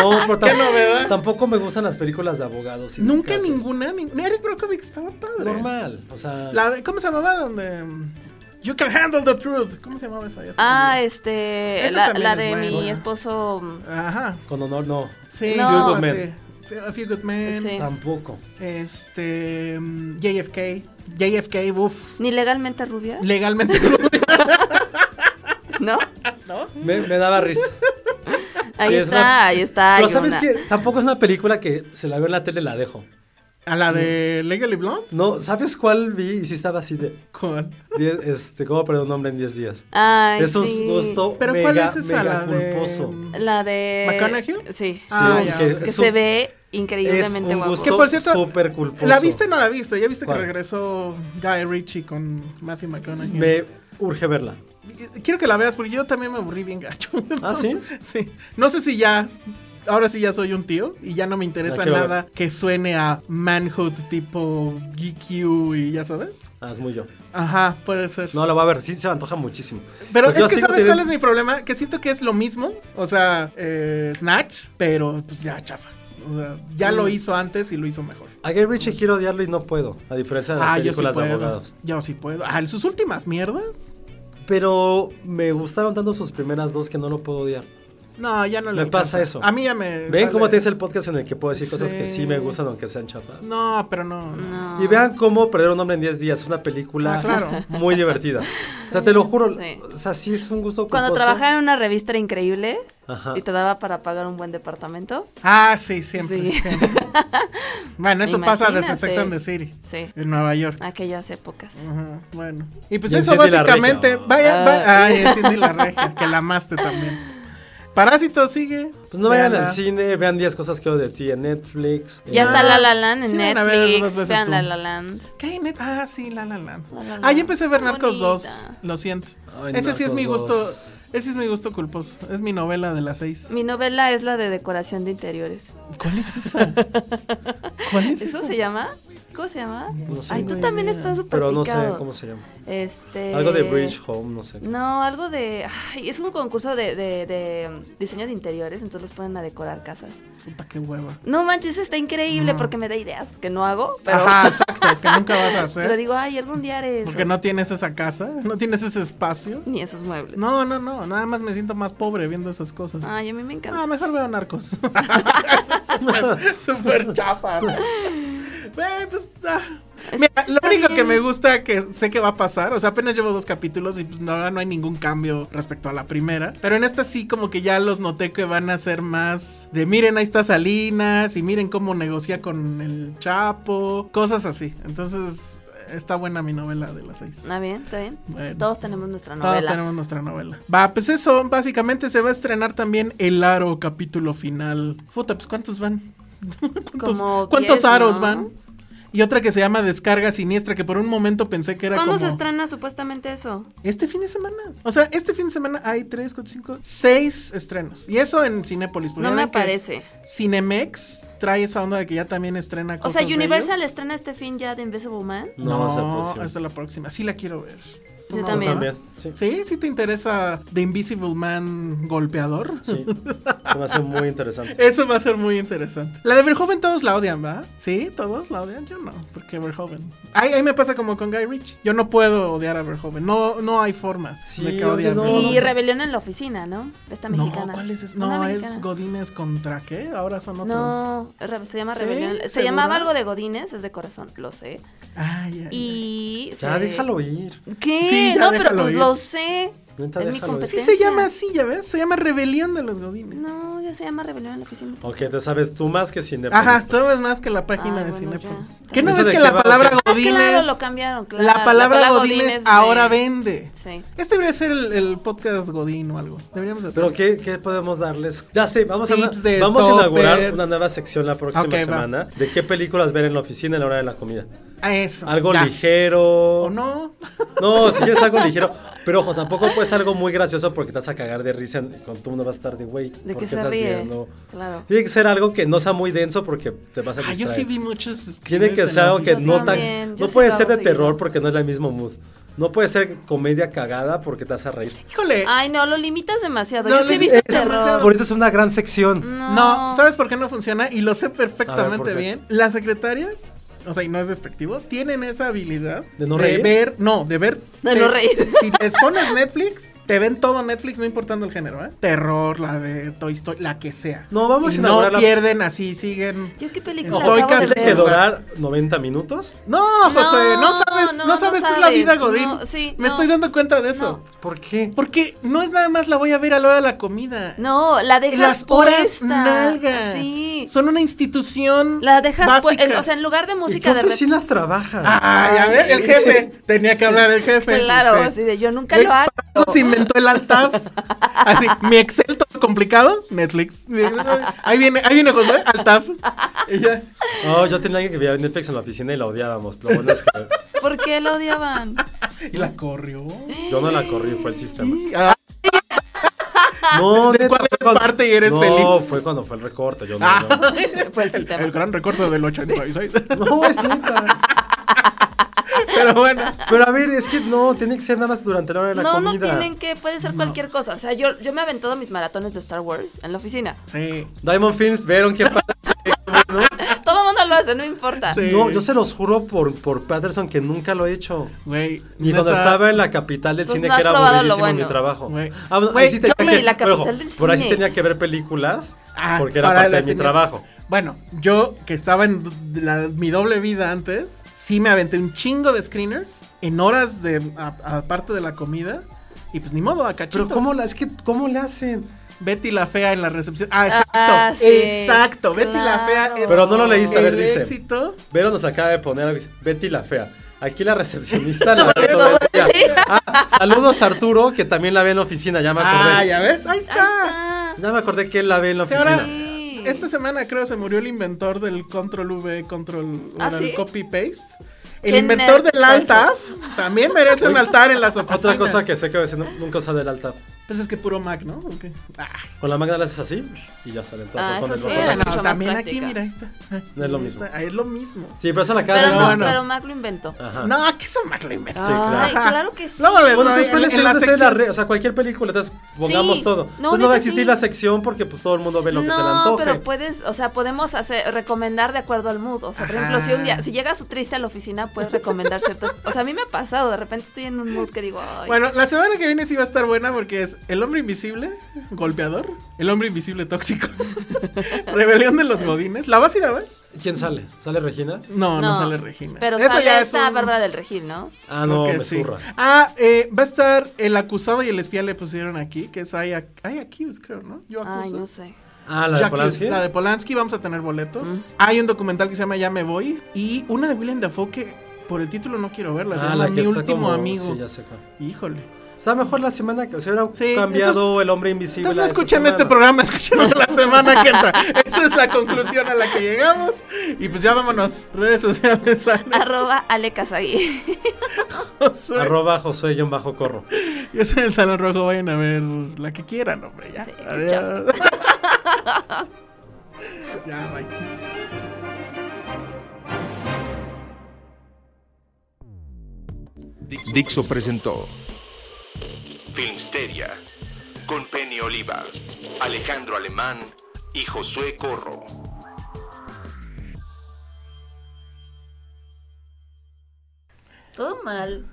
Speaker 4: No, pero
Speaker 6: Qué
Speaker 4: tam-
Speaker 6: novedad.
Speaker 4: tampoco me gustan las películas de abogados. y de
Speaker 6: Nunca
Speaker 4: casos.
Speaker 6: ninguna, ni, ni Eric Brockovich estaba padre.
Speaker 4: Normal, o sea...
Speaker 6: La de- ¿cómo se llamaba? Donde mm, You can handle the truth. ¿Cómo se llamaba esa? Ya se
Speaker 5: Ah,
Speaker 6: me olvidó.
Speaker 5: este.
Speaker 6: Esa
Speaker 5: La,
Speaker 6: también
Speaker 5: la
Speaker 6: es
Speaker 5: de
Speaker 6: buena.
Speaker 5: mi esposo. mm,
Speaker 6: Ajá.
Speaker 4: Con honor, no.
Speaker 6: Sí,
Speaker 5: No.
Speaker 6: no,
Speaker 4: Few Good Men.
Speaker 6: sí. A Few Good Men.
Speaker 5: Sí.
Speaker 4: Tampoco.
Speaker 6: Este mm, JFK, JFK, uff.
Speaker 5: Ni legalmente rubia.
Speaker 6: Legalmente
Speaker 5: ¿No?
Speaker 4: Me, me daba risa.
Speaker 5: Ahí
Speaker 4: Sí, es
Speaker 5: está,
Speaker 4: una-
Speaker 5: ahí está.
Speaker 4: Pero
Speaker 5: hay
Speaker 4: sabes
Speaker 5: una.
Speaker 4: que tampoco es una película que se la veo en la tele y la dejo.
Speaker 6: ¿A la de Legally Blonde?
Speaker 4: No, ¿sabes cuál vi? Y sí estaba así de...
Speaker 6: Con.
Speaker 4: diez- este, ¿Cómo perder un nombre en 10 días?
Speaker 5: Ay,
Speaker 4: Eso es
Speaker 5: sí.
Speaker 4: gusto
Speaker 6: ¿Pero
Speaker 4: mega,
Speaker 6: cuál es esa?
Speaker 4: mega
Speaker 6: La de-
Speaker 4: culposo.
Speaker 5: La de.
Speaker 6: ¿McConaughey?
Speaker 5: Sí.
Speaker 6: Ah,
Speaker 4: Sí,
Speaker 6: ya.
Speaker 4: que
Speaker 5: Que
Speaker 4: es
Speaker 5: se
Speaker 4: un-
Speaker 5: ve
Speaker 4: es
Speaker 5: increíblemente
Speaker 4: un
Speaker 5: guapo.
Speaker 4: gusto
Speaker 6: Que por cierto,
Speaker 4: súper culposo.
Speaker 6: ¿La viste o no la viste? ¿Ya viste
Speaker 4: ¿Cuál?
Speaker 6: que regresó Guy Ritchie con Matthew McConaughey?
Speaker 4: Me urge verla.
Speaker 6: Quiero que la veas porque yo también me aburrí bien gacho.
Speaker 4: ¿Ah, sí?
Speaker 6: Sí. No sé si ya. Ahora sí ya soy un tío y ya no me interesa
Speaker 4: La quiero
Speaker 6: nada que suene a manhood tipo GQ y ya sabes.
Speaker 4: Ah, es muy yo.
Speaker 6: Ajá, puede ser.
Speaker 4: No, la voy a ver. Sí, se me antoja muchísimo.
Speaker 6: Pero
Speaker 4: Pues
Speaker 6: es
Speaker 4: yo
Speaker 6: que
Speaker 4: sigo
Speaker 6: sabes cuál
Speaker 4: teniendo-
Speaker 6: es mi problema, que siento que es lo mismo, o sea, eh, Snatch, pero pues ya chafa. O sea, ya
Speaker 4: Mm.
Speaker 6: lo hizo antes y lo hizo mejor.
Speaker 4: A Guy Ritchie quiero odiarlo y no puedo. A diferencia de las
Speaker 6: Ah, yo sí
Speaker 4: películas de
Speaker 6: puedo.
Speaker 4: abogados.
Speaker 6: Yo sí puedo. Ah, sus últimas mierdas.
Speaker 4: Pero me gustaron tanto sus primeras dos que no lo puedo odiar.
Speaker 6: No, ya no le
Speaker 4: Me pasa
Speaker 6: alcanza.
Speaker 4: eso.
Speaker 6: A mí ya me.
Speaker 4: Ven
Speaker 6: sale-
Speaker 4: cómo te dice el podcast en el que puedo decir cosas
Speaker 6: Sí.
Speaker 4: que sí me gustan aunque sean chafas.
Speaker 6: No, pero no. no.
Speaker 5: No.
Speaker 4: Y vean cómo perder un hombre en 10 días. Es una película
Speaker 6: Ah, claro.
Speaker 4: muy divertida. O sea, te lo juro.
Speaker 5: Sí.
Speaker 4: O sea, sí es un gusto
Speaker 5: Cuando
Speaker 4: culposo.
Speaker 5: trabajaba en una revista era increíble
Speaker 4: Ajá.
Speaker 5: y te daba para pagar un buen departamento.
Speaker 6: Ah, sí, siempre.
Speaker 5: Sí.
Speaker 6: siempre. bueno, eso pasa desde
Speaker 5: Imagínate.
Speaker 6: Sex and the City.
Speaker 5: Sí.
Speaker 6: En Nueva York.
Speaker 5: Aquellas épocas.
Speaker 6: Ajá, bueno. Y pues
Speaker 4: Y en
Speaker 6: eso
Speaker 4: Cindy la
Speaker 6: básicamente.
Speaker 4: Regia.
Speaker 6: Vaya, vaya.
Speaker 5: Ah.
Speaker 6: Ay, en Cindy la regia, que la amaste también. Parásito sigue.
Speaker 4: Pues no vayan
Speaker 6: Véanla.
Speaker 4: al cine, vean 10 cosas que odio de ti en Netflix.
Speaker 5: Ya
Speaker 4: Eh,
Speaker 5: está La La Land en
Speaker 6: Sí, van a ver dos
Speaker 5: Netflix.
Speaker 6: veces
Speaker 5: Vean
Speaker 6: tú.
Speaker 5: La La Land.
Speaker 6: ¿Qué hay net? Ah, sí, La La Land.
Speaker 5: La La
Speaker 6: Ah,
Speaker 5: Land.
Speaker 6: ya empecé a ver
Speaker 5: Qué
Speaker 6: Narcos 2.
Speaker 5: bonita.
Speaker 6: Lo siento.
Speaker 4: Ay,
Speaker 6: ese sí es
Speaker 4: Narcos
Speaker 6: mi gusto.
Speaker 4: 2.
Speaker 6: Ese es mi gusto culposo. Es mi novela de las seis.
Speaker 5: Mi novela es la de decoración de interiores.
Speaker 6: ¿Cuál es esa? ¿Cuál es
Speaker 5: ¿Eso
Speaker 6: esa?
Speaker 5: se llama? ¿Cómo se llama?
Speaker 4: No sé.
Speaker 5: Ay, tú
Speaker 6: güey.
Speaker 5: también estás súper
Speaker 4: Pero no sé
Speaker 5: picado.
Speaker 4: cómo se llama.
Speaker 5: Este...
Speaker 4: Algo de Bridge Home, no sé.
Speaker 5: No, algo de... Ay, es un concurso de, de, de, mm, diseño de interiores, entonces los ponen a decorar casas.
Speaker 6: Puta, qué hueva.
Speaker 5: No manches, está increíble porque me da ideas que no hago, pero,
Speaker 6: Ajá, exacto, que nunca vas a
Speaker 5: pero
Speaker 6: hacer.
Speaker 5: digo, ay, algún día haré eso.
Speaker 6: Porque no tienes esa casa, no tienes ese espacio.
Speaker 5: Ni esos muebles.
Speaker 6: No, no, no, nada más me siento más pobre viendo esas cosas.
Speaker 5: Ay, a mí me
Speaker 6: Ah,
Speaker 5: encanta.
Speaker 6: mejor veo narcos. Eso es súper- Súper chafa. ¿no? Güey, pues, ah.
Speaker 5: Es-
Speaker 6: Mira,
Speaker 5: está
Speaker 6: lo único que
Speaker 5: bien.
Speaker 6: me gusta que sé que va a pasar, o sea, apenas llevo dos capítulos y pues no, ahora no hay ningún cambio respecto a la primera. Pero en esta sí, como que ya los noté que van a ser más de miren, ahí está Salinas y miren cómo negocia con el Chapo, cosas así. Entonces, está buena mi novela de las seis.
Speaker 5: Está Ah, bien, está bien.
Speaker 6: Bueno.
Speaker 5: Todos tenemos nuestra novela.
Speaker 6: Todos tenemos nuestra novela. Va, pues eso, básicamente se va a estrenar también el aro capítulo final. Puta, pues ¿cuántos van? ¿Cuántos,
Speaker 5: Como
Speaker 6: cuántos
Speaker 5: 10,
Speaker 6: aros
Speaker 5: ¿no?
Speaker 6: van? Y otra que se llama Descarga Siniestra, que por un momento pensé que era
Speaker 5: ¿Cuándo
Speaker 6: como...
Speaker 5: se estrena supuestamente eso?
Speaker 6: Este fin de semana. O sea, este fin de semana hay 3, 4, 5, 6 estrenos. Y eso en Cinépolis. porque
Speaker 5: No
Speaker 6: ya
Speaker 5: me
Speaker 6: ven que
Speaker 5: aparece.
Speaker 6: Cinemex trae esa onda de que ya también estrena
Speaker 5: O
Speaker 6: cosas
Speaker 5: sea,
Speaker 6: de
Speaker 5: Universal
Speaker 6: ellos.
Speaker 5: estrena este fin ya de Invisible Man.
Speaker 4: No, es la
Speaker 6: No,
Speaker 4: próxima.
Speaker 6: hasta la próxima. Sí la quiero ver.
Speaker 5: Yo
Speaker 6: No,
Speaker 5: también.
Speaker 4: También, sí.
Speaker 6: Sí, sí te interesa The Invisible Man golpeador.
Speaker 4: Sí. Se me hace muy interesante.
Speaker 6: Eso va a ser muy interesante. La de Verhoeven todos la odian, ¿va? Sí, todos la odian. Yo no, porque Verhoeven. Ahí, ahí me pasa como con Guy Ritchie. Yo no puedo odiar a Verhoeven. No, no hay forma
Speaker 4: Sí,
Speaker 6: de que
Speaker 4: oye,
Speaker 6: odien.
Speaker 4: no,
Speaker 5: Y
Speaker 4: no.
Speaker 5: Rebelión en la oficina, ¿no? Esta
Speaker 6: No,
Speaker 5: mexicana.
Speaker 6: ¿cuál es ese?
Speaker 5: Una
Speaker 6: No, es
Speaker 5: mexicana.
Speaker 6: Godínez contra qué? Ahora son otros.
Speaker 5: No, re- se llama
Speaker 6: ¿Sí?
Speaker 5: Rebelión. Se
Speaker 6: ¿Seguro?
Speaker 5: llamaba algo de Godines, es de corazón, lo sé.
Speaker 6: Ay, ay, ay.
Speaker 5: Y.
Speaker 4: Ya,
Speaker 5: se-
Speaker 4: déjalo ir.
Speaker 5: ¿Qué?
Speaker 6: Sí, ya
Speaker 5: no, pero
Speaker 6: déjalo
Speaker 5: pues
Speaker 6: ir.
Speaker 5: lo sé.
Speaker 4: Neta,
Speaker 5: es mi
Speaker 4: déjalo ir.
Speaker 6: Sí
Speaker 5: competencia.
Speaker 6: se llama así, ya ves. Se llama Rebelión de los Godínez.
Speaker 5: No, ya se llama Rebelión en la oficina.
Speaker 4: Ok, te sabes tú más que sin
Speaker 6: Ajá, todo es más que la página
Speaker 5: Ah,
Speaker 6: de
Speaker 5: bueno,
Speaker 6: Cinépolis.
Speaker 5: ya.
Speaker 6: ¿Qué no
Speaker 4: ¿Eso
Speaker 6: ves
Speaker 4: de
Speaker 6: que
Speaker 4: qué
Speaker 6: la
Speaker 4: va o
Speaker 6: palabra
Speaker 4: qué?
Speaker 5: Ah,
Speaker 6: Godínez?
Speaker 5: claro, lo cambiaron, claro.
Speaker 6: La palabra
Speaker 5: Godínez
Speaker 6: Godínez
Speaker 5: de-
Speaker 6: ahora vende.
Speaker 5: Sí.
Speaker 6: Este debería ser el, el podcast Godín o algo. Deberíamos hacer.
Speaker 4: Pero ¿qué, qué podemos darles? Ya sé, vamos a,
Speaker 6: Tips de
Speaker 4: vamos a inaugurar
Speaker 6: toppers.
Speaker 4: una nueva sección la próxima
Speaker 6: Ok, va.
Speaker 4: semana de qué películas ver en la oficina a la hora de la comida.
Speaker 6: Ah, eso.
Speaker 4: Algo
Speaker 6: ya.
Speaker 4: ligero.
Speaker 6: ¿O no?
Speaker 4: No, si quieres algo ligero. Pero ojo, tampoco puede ser algo muy gracioso porque te vas a cagar de risa en- con tú no vas a estar de güey. ¿por
Speaker 5: ¿De qué
Speaker 4: qué
Speaker 5: se
Speaker 4: estás
Speaker 5: ríe?
Speaker 4: viendo?".
Speaker 5: Claro.
Speaker 4: Tiene que ser algo que no sea muy denso porque te vas a
Speaker 6: Ah,
Speaker 4: distraer.
Speaker 6: yo sí vi muchos.
Speaker 4: Tiene que ser algo que
Speaker 5: Yo
Speaker 4: no
Speaker 5: también,
Speaker 4: tan
Speaker 5: yo
Speaker 4: no
Speaker 5: sí
Speaker 4: puede
Speaker 5: lo
Speaker 4: ser de
Speaker 5: hago seguido.
Speaker 4: terror porque no es el mismo mood. No puede ser comedia cagada porque te vas a reír.
Speaker 6: Híjole.
Speaker 5: Ay, no, lo limitas demasiado.
Speaker 6: No,
Speaker 5: Yo sí he
Speaker 6: lo
Speaker 5: visto
Speaker 6: limitas
Speaker 5: terror.
Speaker 6: demasiado.
Speaker 4: Por eso es una gran
Speaker 5: Mm,
Speaker 4: sección.
Speaker 6: No, ¿sabes por qué no funciona? Y lo sé perfectamente
Speaker 4: qué?
Speaker 6: bien. Las secretarias. O sea, y no es despectivo, tienen esa habilidad
Speaker 4: ¿De no reír?
Speaker 6: ver, no, de ver.
Speaker 5: De
Speaker 6: te-
Speaker 5: no reír.
Speaker 6: Si te pones Netflix, te ven todo Netflix, no importando el género, ¿eh? Terror, la de Toy Story, la que sea.
Speaker 4: No, vamos a
Speaker 6: y
Speaker 4: inaugurar la-
Speaker 6: no pierden así, siguen.
Speaker 5: Yo qué película
Speaker 6: Estoy
Speaker 5: acabo de
Speaker 4: Tienes que
Speaker 5: ver.
Speaker 6: castigado.
Speaker 4: durar 90 minutos.
Speaker 6: No, José, no, sabes, no, sabes qué es la vida,
Speaker 5: sabes,
Speaker 6: Godín.
Speaker 5: no, sí,
Speaker 6: Me
Speaker 5: no.
Speaker 6: estoy dando cuenta de eso.
Speaker 5: No.
Speaker 4: ¿Por qué?
Speaker 6: Porque no es nada más la voy a ver a la hora de la comida.
Speaker 5: No, la dejas
Speaker 6: Las horas
Speaker 5: puesta.
Speaker 6: nalga.
Speaker 5: Sí.
Speaker 6: Son una institución.
Speaker 5: La dejas
Speaker 6: básica.
Speaker 5: puesta. O sea, en lugar de
Speaker 4: ¿Y
Speaker 5: música de
Speaker 4: qué
Speaker 5: repente.
Speaker 4: oficinas trabaja?
Speaker 6: Ah, ya ves, el jefe. Tenía que hablar el jefe.
Speaker 5: Claro,
Speaker 6: pues,
Speaker 5: así
Speaker 6: sí.
Speaker 5: de yo nunca
Speaker 6: Güey,
Speaker 5: lo hago.
Speaker 6: para algo se inventó el altar. Así, mi Excel todo complicado, Netflix. Mi Excel- Ahí viene, ahí viene José, Altaf. Y ya.
Speaker 4: No, Oh, yo tenía alguien que veía Netflix en la oficina y la odiábamos. Lo bueno es que
Speaker 5: ¿Por qué la odiaban?
Speaker 6: Y la corrió.
Speaker 4: yo no la corrí, fue el sistema.
Speaker 6: Y- ah,
Speaker 4: No,
Speaker 6: ¿De
Speaker 4: neta,
Speaker 6: cuál
Speaker 4: fue
Speaker 6: eres parte y eres
Speaker 4: no, No,
Speaker 6: feliz?
Speaker 4: fue cuando fue el recorte. Yo no.
Speaker 6: ah,
Speaker 5: Fue el
Speaker 6: el,
Speaker 5: sistema.
Speaker 6: el gran recorte del 86.
Speaker 4: No, No, es neta.
Speaker 6: Pero bueno.
Speaker 4: Pero a ver, es que no, tiene que ser nada más durante la hora de la
Speaker 5: No,
Speaker 4: comida.
Speaker 5: no tienen que. Puede ser cualquier cosa. O sea, yo, yo me he aventado mis maratones de Star Wars en la oficina.
Speaker 6: Sí.
Speaker 4: Diamond Films, vieron que.
Speaker 5: Todo el mundo lo hace, no importa.
Speaker 6: Sí.
Speaker 4: No, yo se los juro por, por Patterson que nunca lo he hecho.
Speaker 6: Güey.
Speaker 4: Ni cuando
Speaker 6: neta,
Speaker 4: estaba en la capital del
Speaker 5: Pues
Speaker 4: cine, que
Speaker 5: no has
Speaker 4: era
Speaker 5: probado lo
Speaker 4: aburridísimo mi
Speaker 5: bueno.
Speaker 4: trabajo.
Speaker 6: Güey.
Speaker 4: Ah, bueno,
Speaker 6: Güey,
Speaker 4: ahí sí tenía
Speaker 5: yo
Speaker 4: que-
Speaker 5: vi la
Speaker 4: pero,
Speaker 5: capital del
Speaker 4: Por ahí sí
Speaker 5: cine.
Speaker 4: tenía que ver películas,
Speaker 6: Ah,
Speaker 4: porque era
Speaker 6: para
Speaker 4: parte
Speaker 6: la
Speaker 4: de mi
Speaker 6: tenías-
Speaker 4: trabajo.
Speaker 6: Bueno, yo que estaba en d- la- mi doble vida antes, sí me aventé un chingo de screeners en horas de a- aparte de la comida. Y pues ni modo, a cachitos.
Speaker 4: Pero ¿cómo, la, es que, ¿cómo le hacen?
Speaker 6: Betty la fea en la recepción. Ah, exacto.
Speaker 5: Ah, sí,
Speaker 6: exacto. Betty la fea
Speaker 5: claro.
Speaker 6: es
Speaker 4: Pero no lo leíste, a ver,
Speaker 6: el
Speaker 4: dice.
Speaker 6: éxito.
Speaker 4: Vero nos acaba de poner algo que dice, Betty la fea. Aquí la recepcionista la ve
Speaker 5: Todo
Speaker 4: todo el
Speaker 5: el
Speaker 4: día. Ah, saludos a Arturo, que también la ve en la oficina, ya me acordé.
Speaker 6: Ah, ya ves, ahí
Speaker 5: Ahí
Speaker 6: está.
Speaker 5: está.
Speaker 4: Ya me acordé que él la ve en la
Speaker 6: Sí,
Speaker 4: oficina.
Speaker 6: ahora,
Speaker 5: Sí.
Speaker 6: esta semana creo se murió el inventor del control V, control
Speaker 5: ¿Ah,
Speaker 6: ahora el
Speaker 5: sí?
Speaker 6: copy paste. El
Speaker 5: Qué
Speaker 6: inventor
Speaker 5: nerd
Speaker 6: del
Speaker 5: está eso.
Speaker 6: altaf también merece un altar en las oficinas.
Speaker 4: Otra cosa que sé que a veces nu- nunca usa del alta.
Speaker 6: Pues es que puro Mac, ¿no? ¿O qué? Ah,
Speaker 4: Con la Magda la haces así y ya sale. Entonces,
Speaker 5: Ah,
Speaker 4: con
Speaker 5: eso
Speaker 4: el
Speaker 5: sí,
Speaker 4: botón.
Speaker 5: era-
Speaker 6: bueno,
Speaker 5: mucho más
Speaker 6: también aquí,
Speaker 5: práctica.
Speaker 6: mira, ahí está.
Speaker 4: No es lo
Speaker 6: Ahí
Speaker 4: mismo.
Speaker 6: está, ahí es lo mismo.
Speaker 4: Sí, pero esa la cara
Speaker 5: Pero
Speaker 4: de
Speaker 5: no,
Speaker 6: bueno. Ah,
Speaker 5: pero Mac lo inventó.
Speaker 4: Ajá.
Speaker 6: No, que eso Mac lo inventó.
Speaker 4: Ah. Sí, claro.
Speaker 5: Ay, claro que sí.
Speaker 6: Luego les
Speaker 4: Bueno,
Speaker 6: doy
Speaker 4: entonces, ¿cuál
Speaker 6: en-
Speaker 4: es
Speaker 6: en
Speaker 4: el
Speaker 6: la
Speaker 4: ABC de la
Speaker 6: sección.
Speaker 4: red? O sea, cualquier película, entonces pongamos
Speaker 5: Sí.
Speaker 4: todo.
Speaker 5: No,
Speaker 4: entonces no va a
Speaker 5: neta,
Speaker 4: existir
Speaker 5: sí.
Speaker 4: la sección porque pues todo el mundo ve lo que se le
Speaker 5: No,
Speaker 4: antoje.
Speaker 5: pero pues puedes, o sea, podemos hacer, recomendar de acuerdo al mood. O sea, por ejemplo, si un día, si llegas triste a la oficina, puedes recomendar ciertas. O sea, a mí me ha pasado, de repente estoy en un mood que digo, ay,
Speaker 6: Bueno, la semana que viene sí va a estar buena porque es El hombre invisible, golpeador, El hombre invisible tóxico, Rebelión de los Godines. ¿La vas a ir a ver?
Speaker 4: ¿Quién sale? ¿Sale Regina?
Speaker 6: No, no, sale Regina.
Speaker 5: Pero
Speaker 6: Eso
Speaker 5: sale
Speaker 6: ya es
Speaker 5: esta
Speaker 6: un-
Speaker 5: Bárbara del Regil, ¿no?
Speaker 4: Ah,
Speaker 6: creo
Speaker 4: no,
Speaker 6: que
Speaker 4: me
Speaker 6: sí.
Speaker 4: zurra.
Speaker 6: Ah, eh, va a estar el acusado y el espía le pusieron aquí, que es I, Ac- I Accuse, creo, ¿no? Yo acuso.
Speaker 5: Ay, no sé.
Speaker 4: Ah, la de
Speaker 6: Ya que-
Speaker 4: Polanski.
Speaker 6: La de Polanski, vamos a tener boletos. Hay un documental que se llama Ya me voy y una de Willem Dafoe que por el título no quiero verla, se
Speaker 4: Ah,
Speaker 6: llama
Speaker 4: la que
Speaker 6: Mi
Speaker 4: está
Speaker 6: último
Speaker 4: como-
Speaker 6: amigo.
Speaker 4: Sí, ya sé cuál.
Speaker 6: Híjole.
Speaker 4: Está mejor la semana que se hubiera
Speaker 6: Sí,
Speaker 4: cambiado
Speaker 6: entonces-
Speaker 4: el hombre invisible.
Speaker 6: Entonces no
Speaker 4: a esa
Speaker 6: escuchan este
Speaker 4: semana.
Speaker 6: programa, escuchan el de la semana que entra. Esa es la conclusión a la que llegamos. Y pues ya vámonos. Redes sociales. Ale
Speaker 5: Arroba Ale Casagui.
Speaker 6: Josué.
Speaker 4: Arroba Josué-Corro.
Speaker 6: Yo soy el Salón Rojo, vayan a ver la que quieran, hombre. Ya.
Speaker 5: Sí,
Speaker 6: Adiós. ya, bye.
Speaker 3: Dixo presentó
Speaker 2: Filmsteria con Penny Oliva, Alejandro Alemán y Josué Corro.
Speaker 5: Todo mal.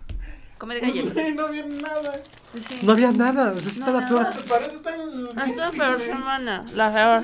Speaker 5: Comer galletas.
Speaker 6: Ay, no vi nada.
Speaker 5: Pues sí.
Speaker 4: No había nada, o sea, sí está la peor.
Speaker 6: Para eso está el.
Speaker 5: Ah, Esta es la peor semana. La peor.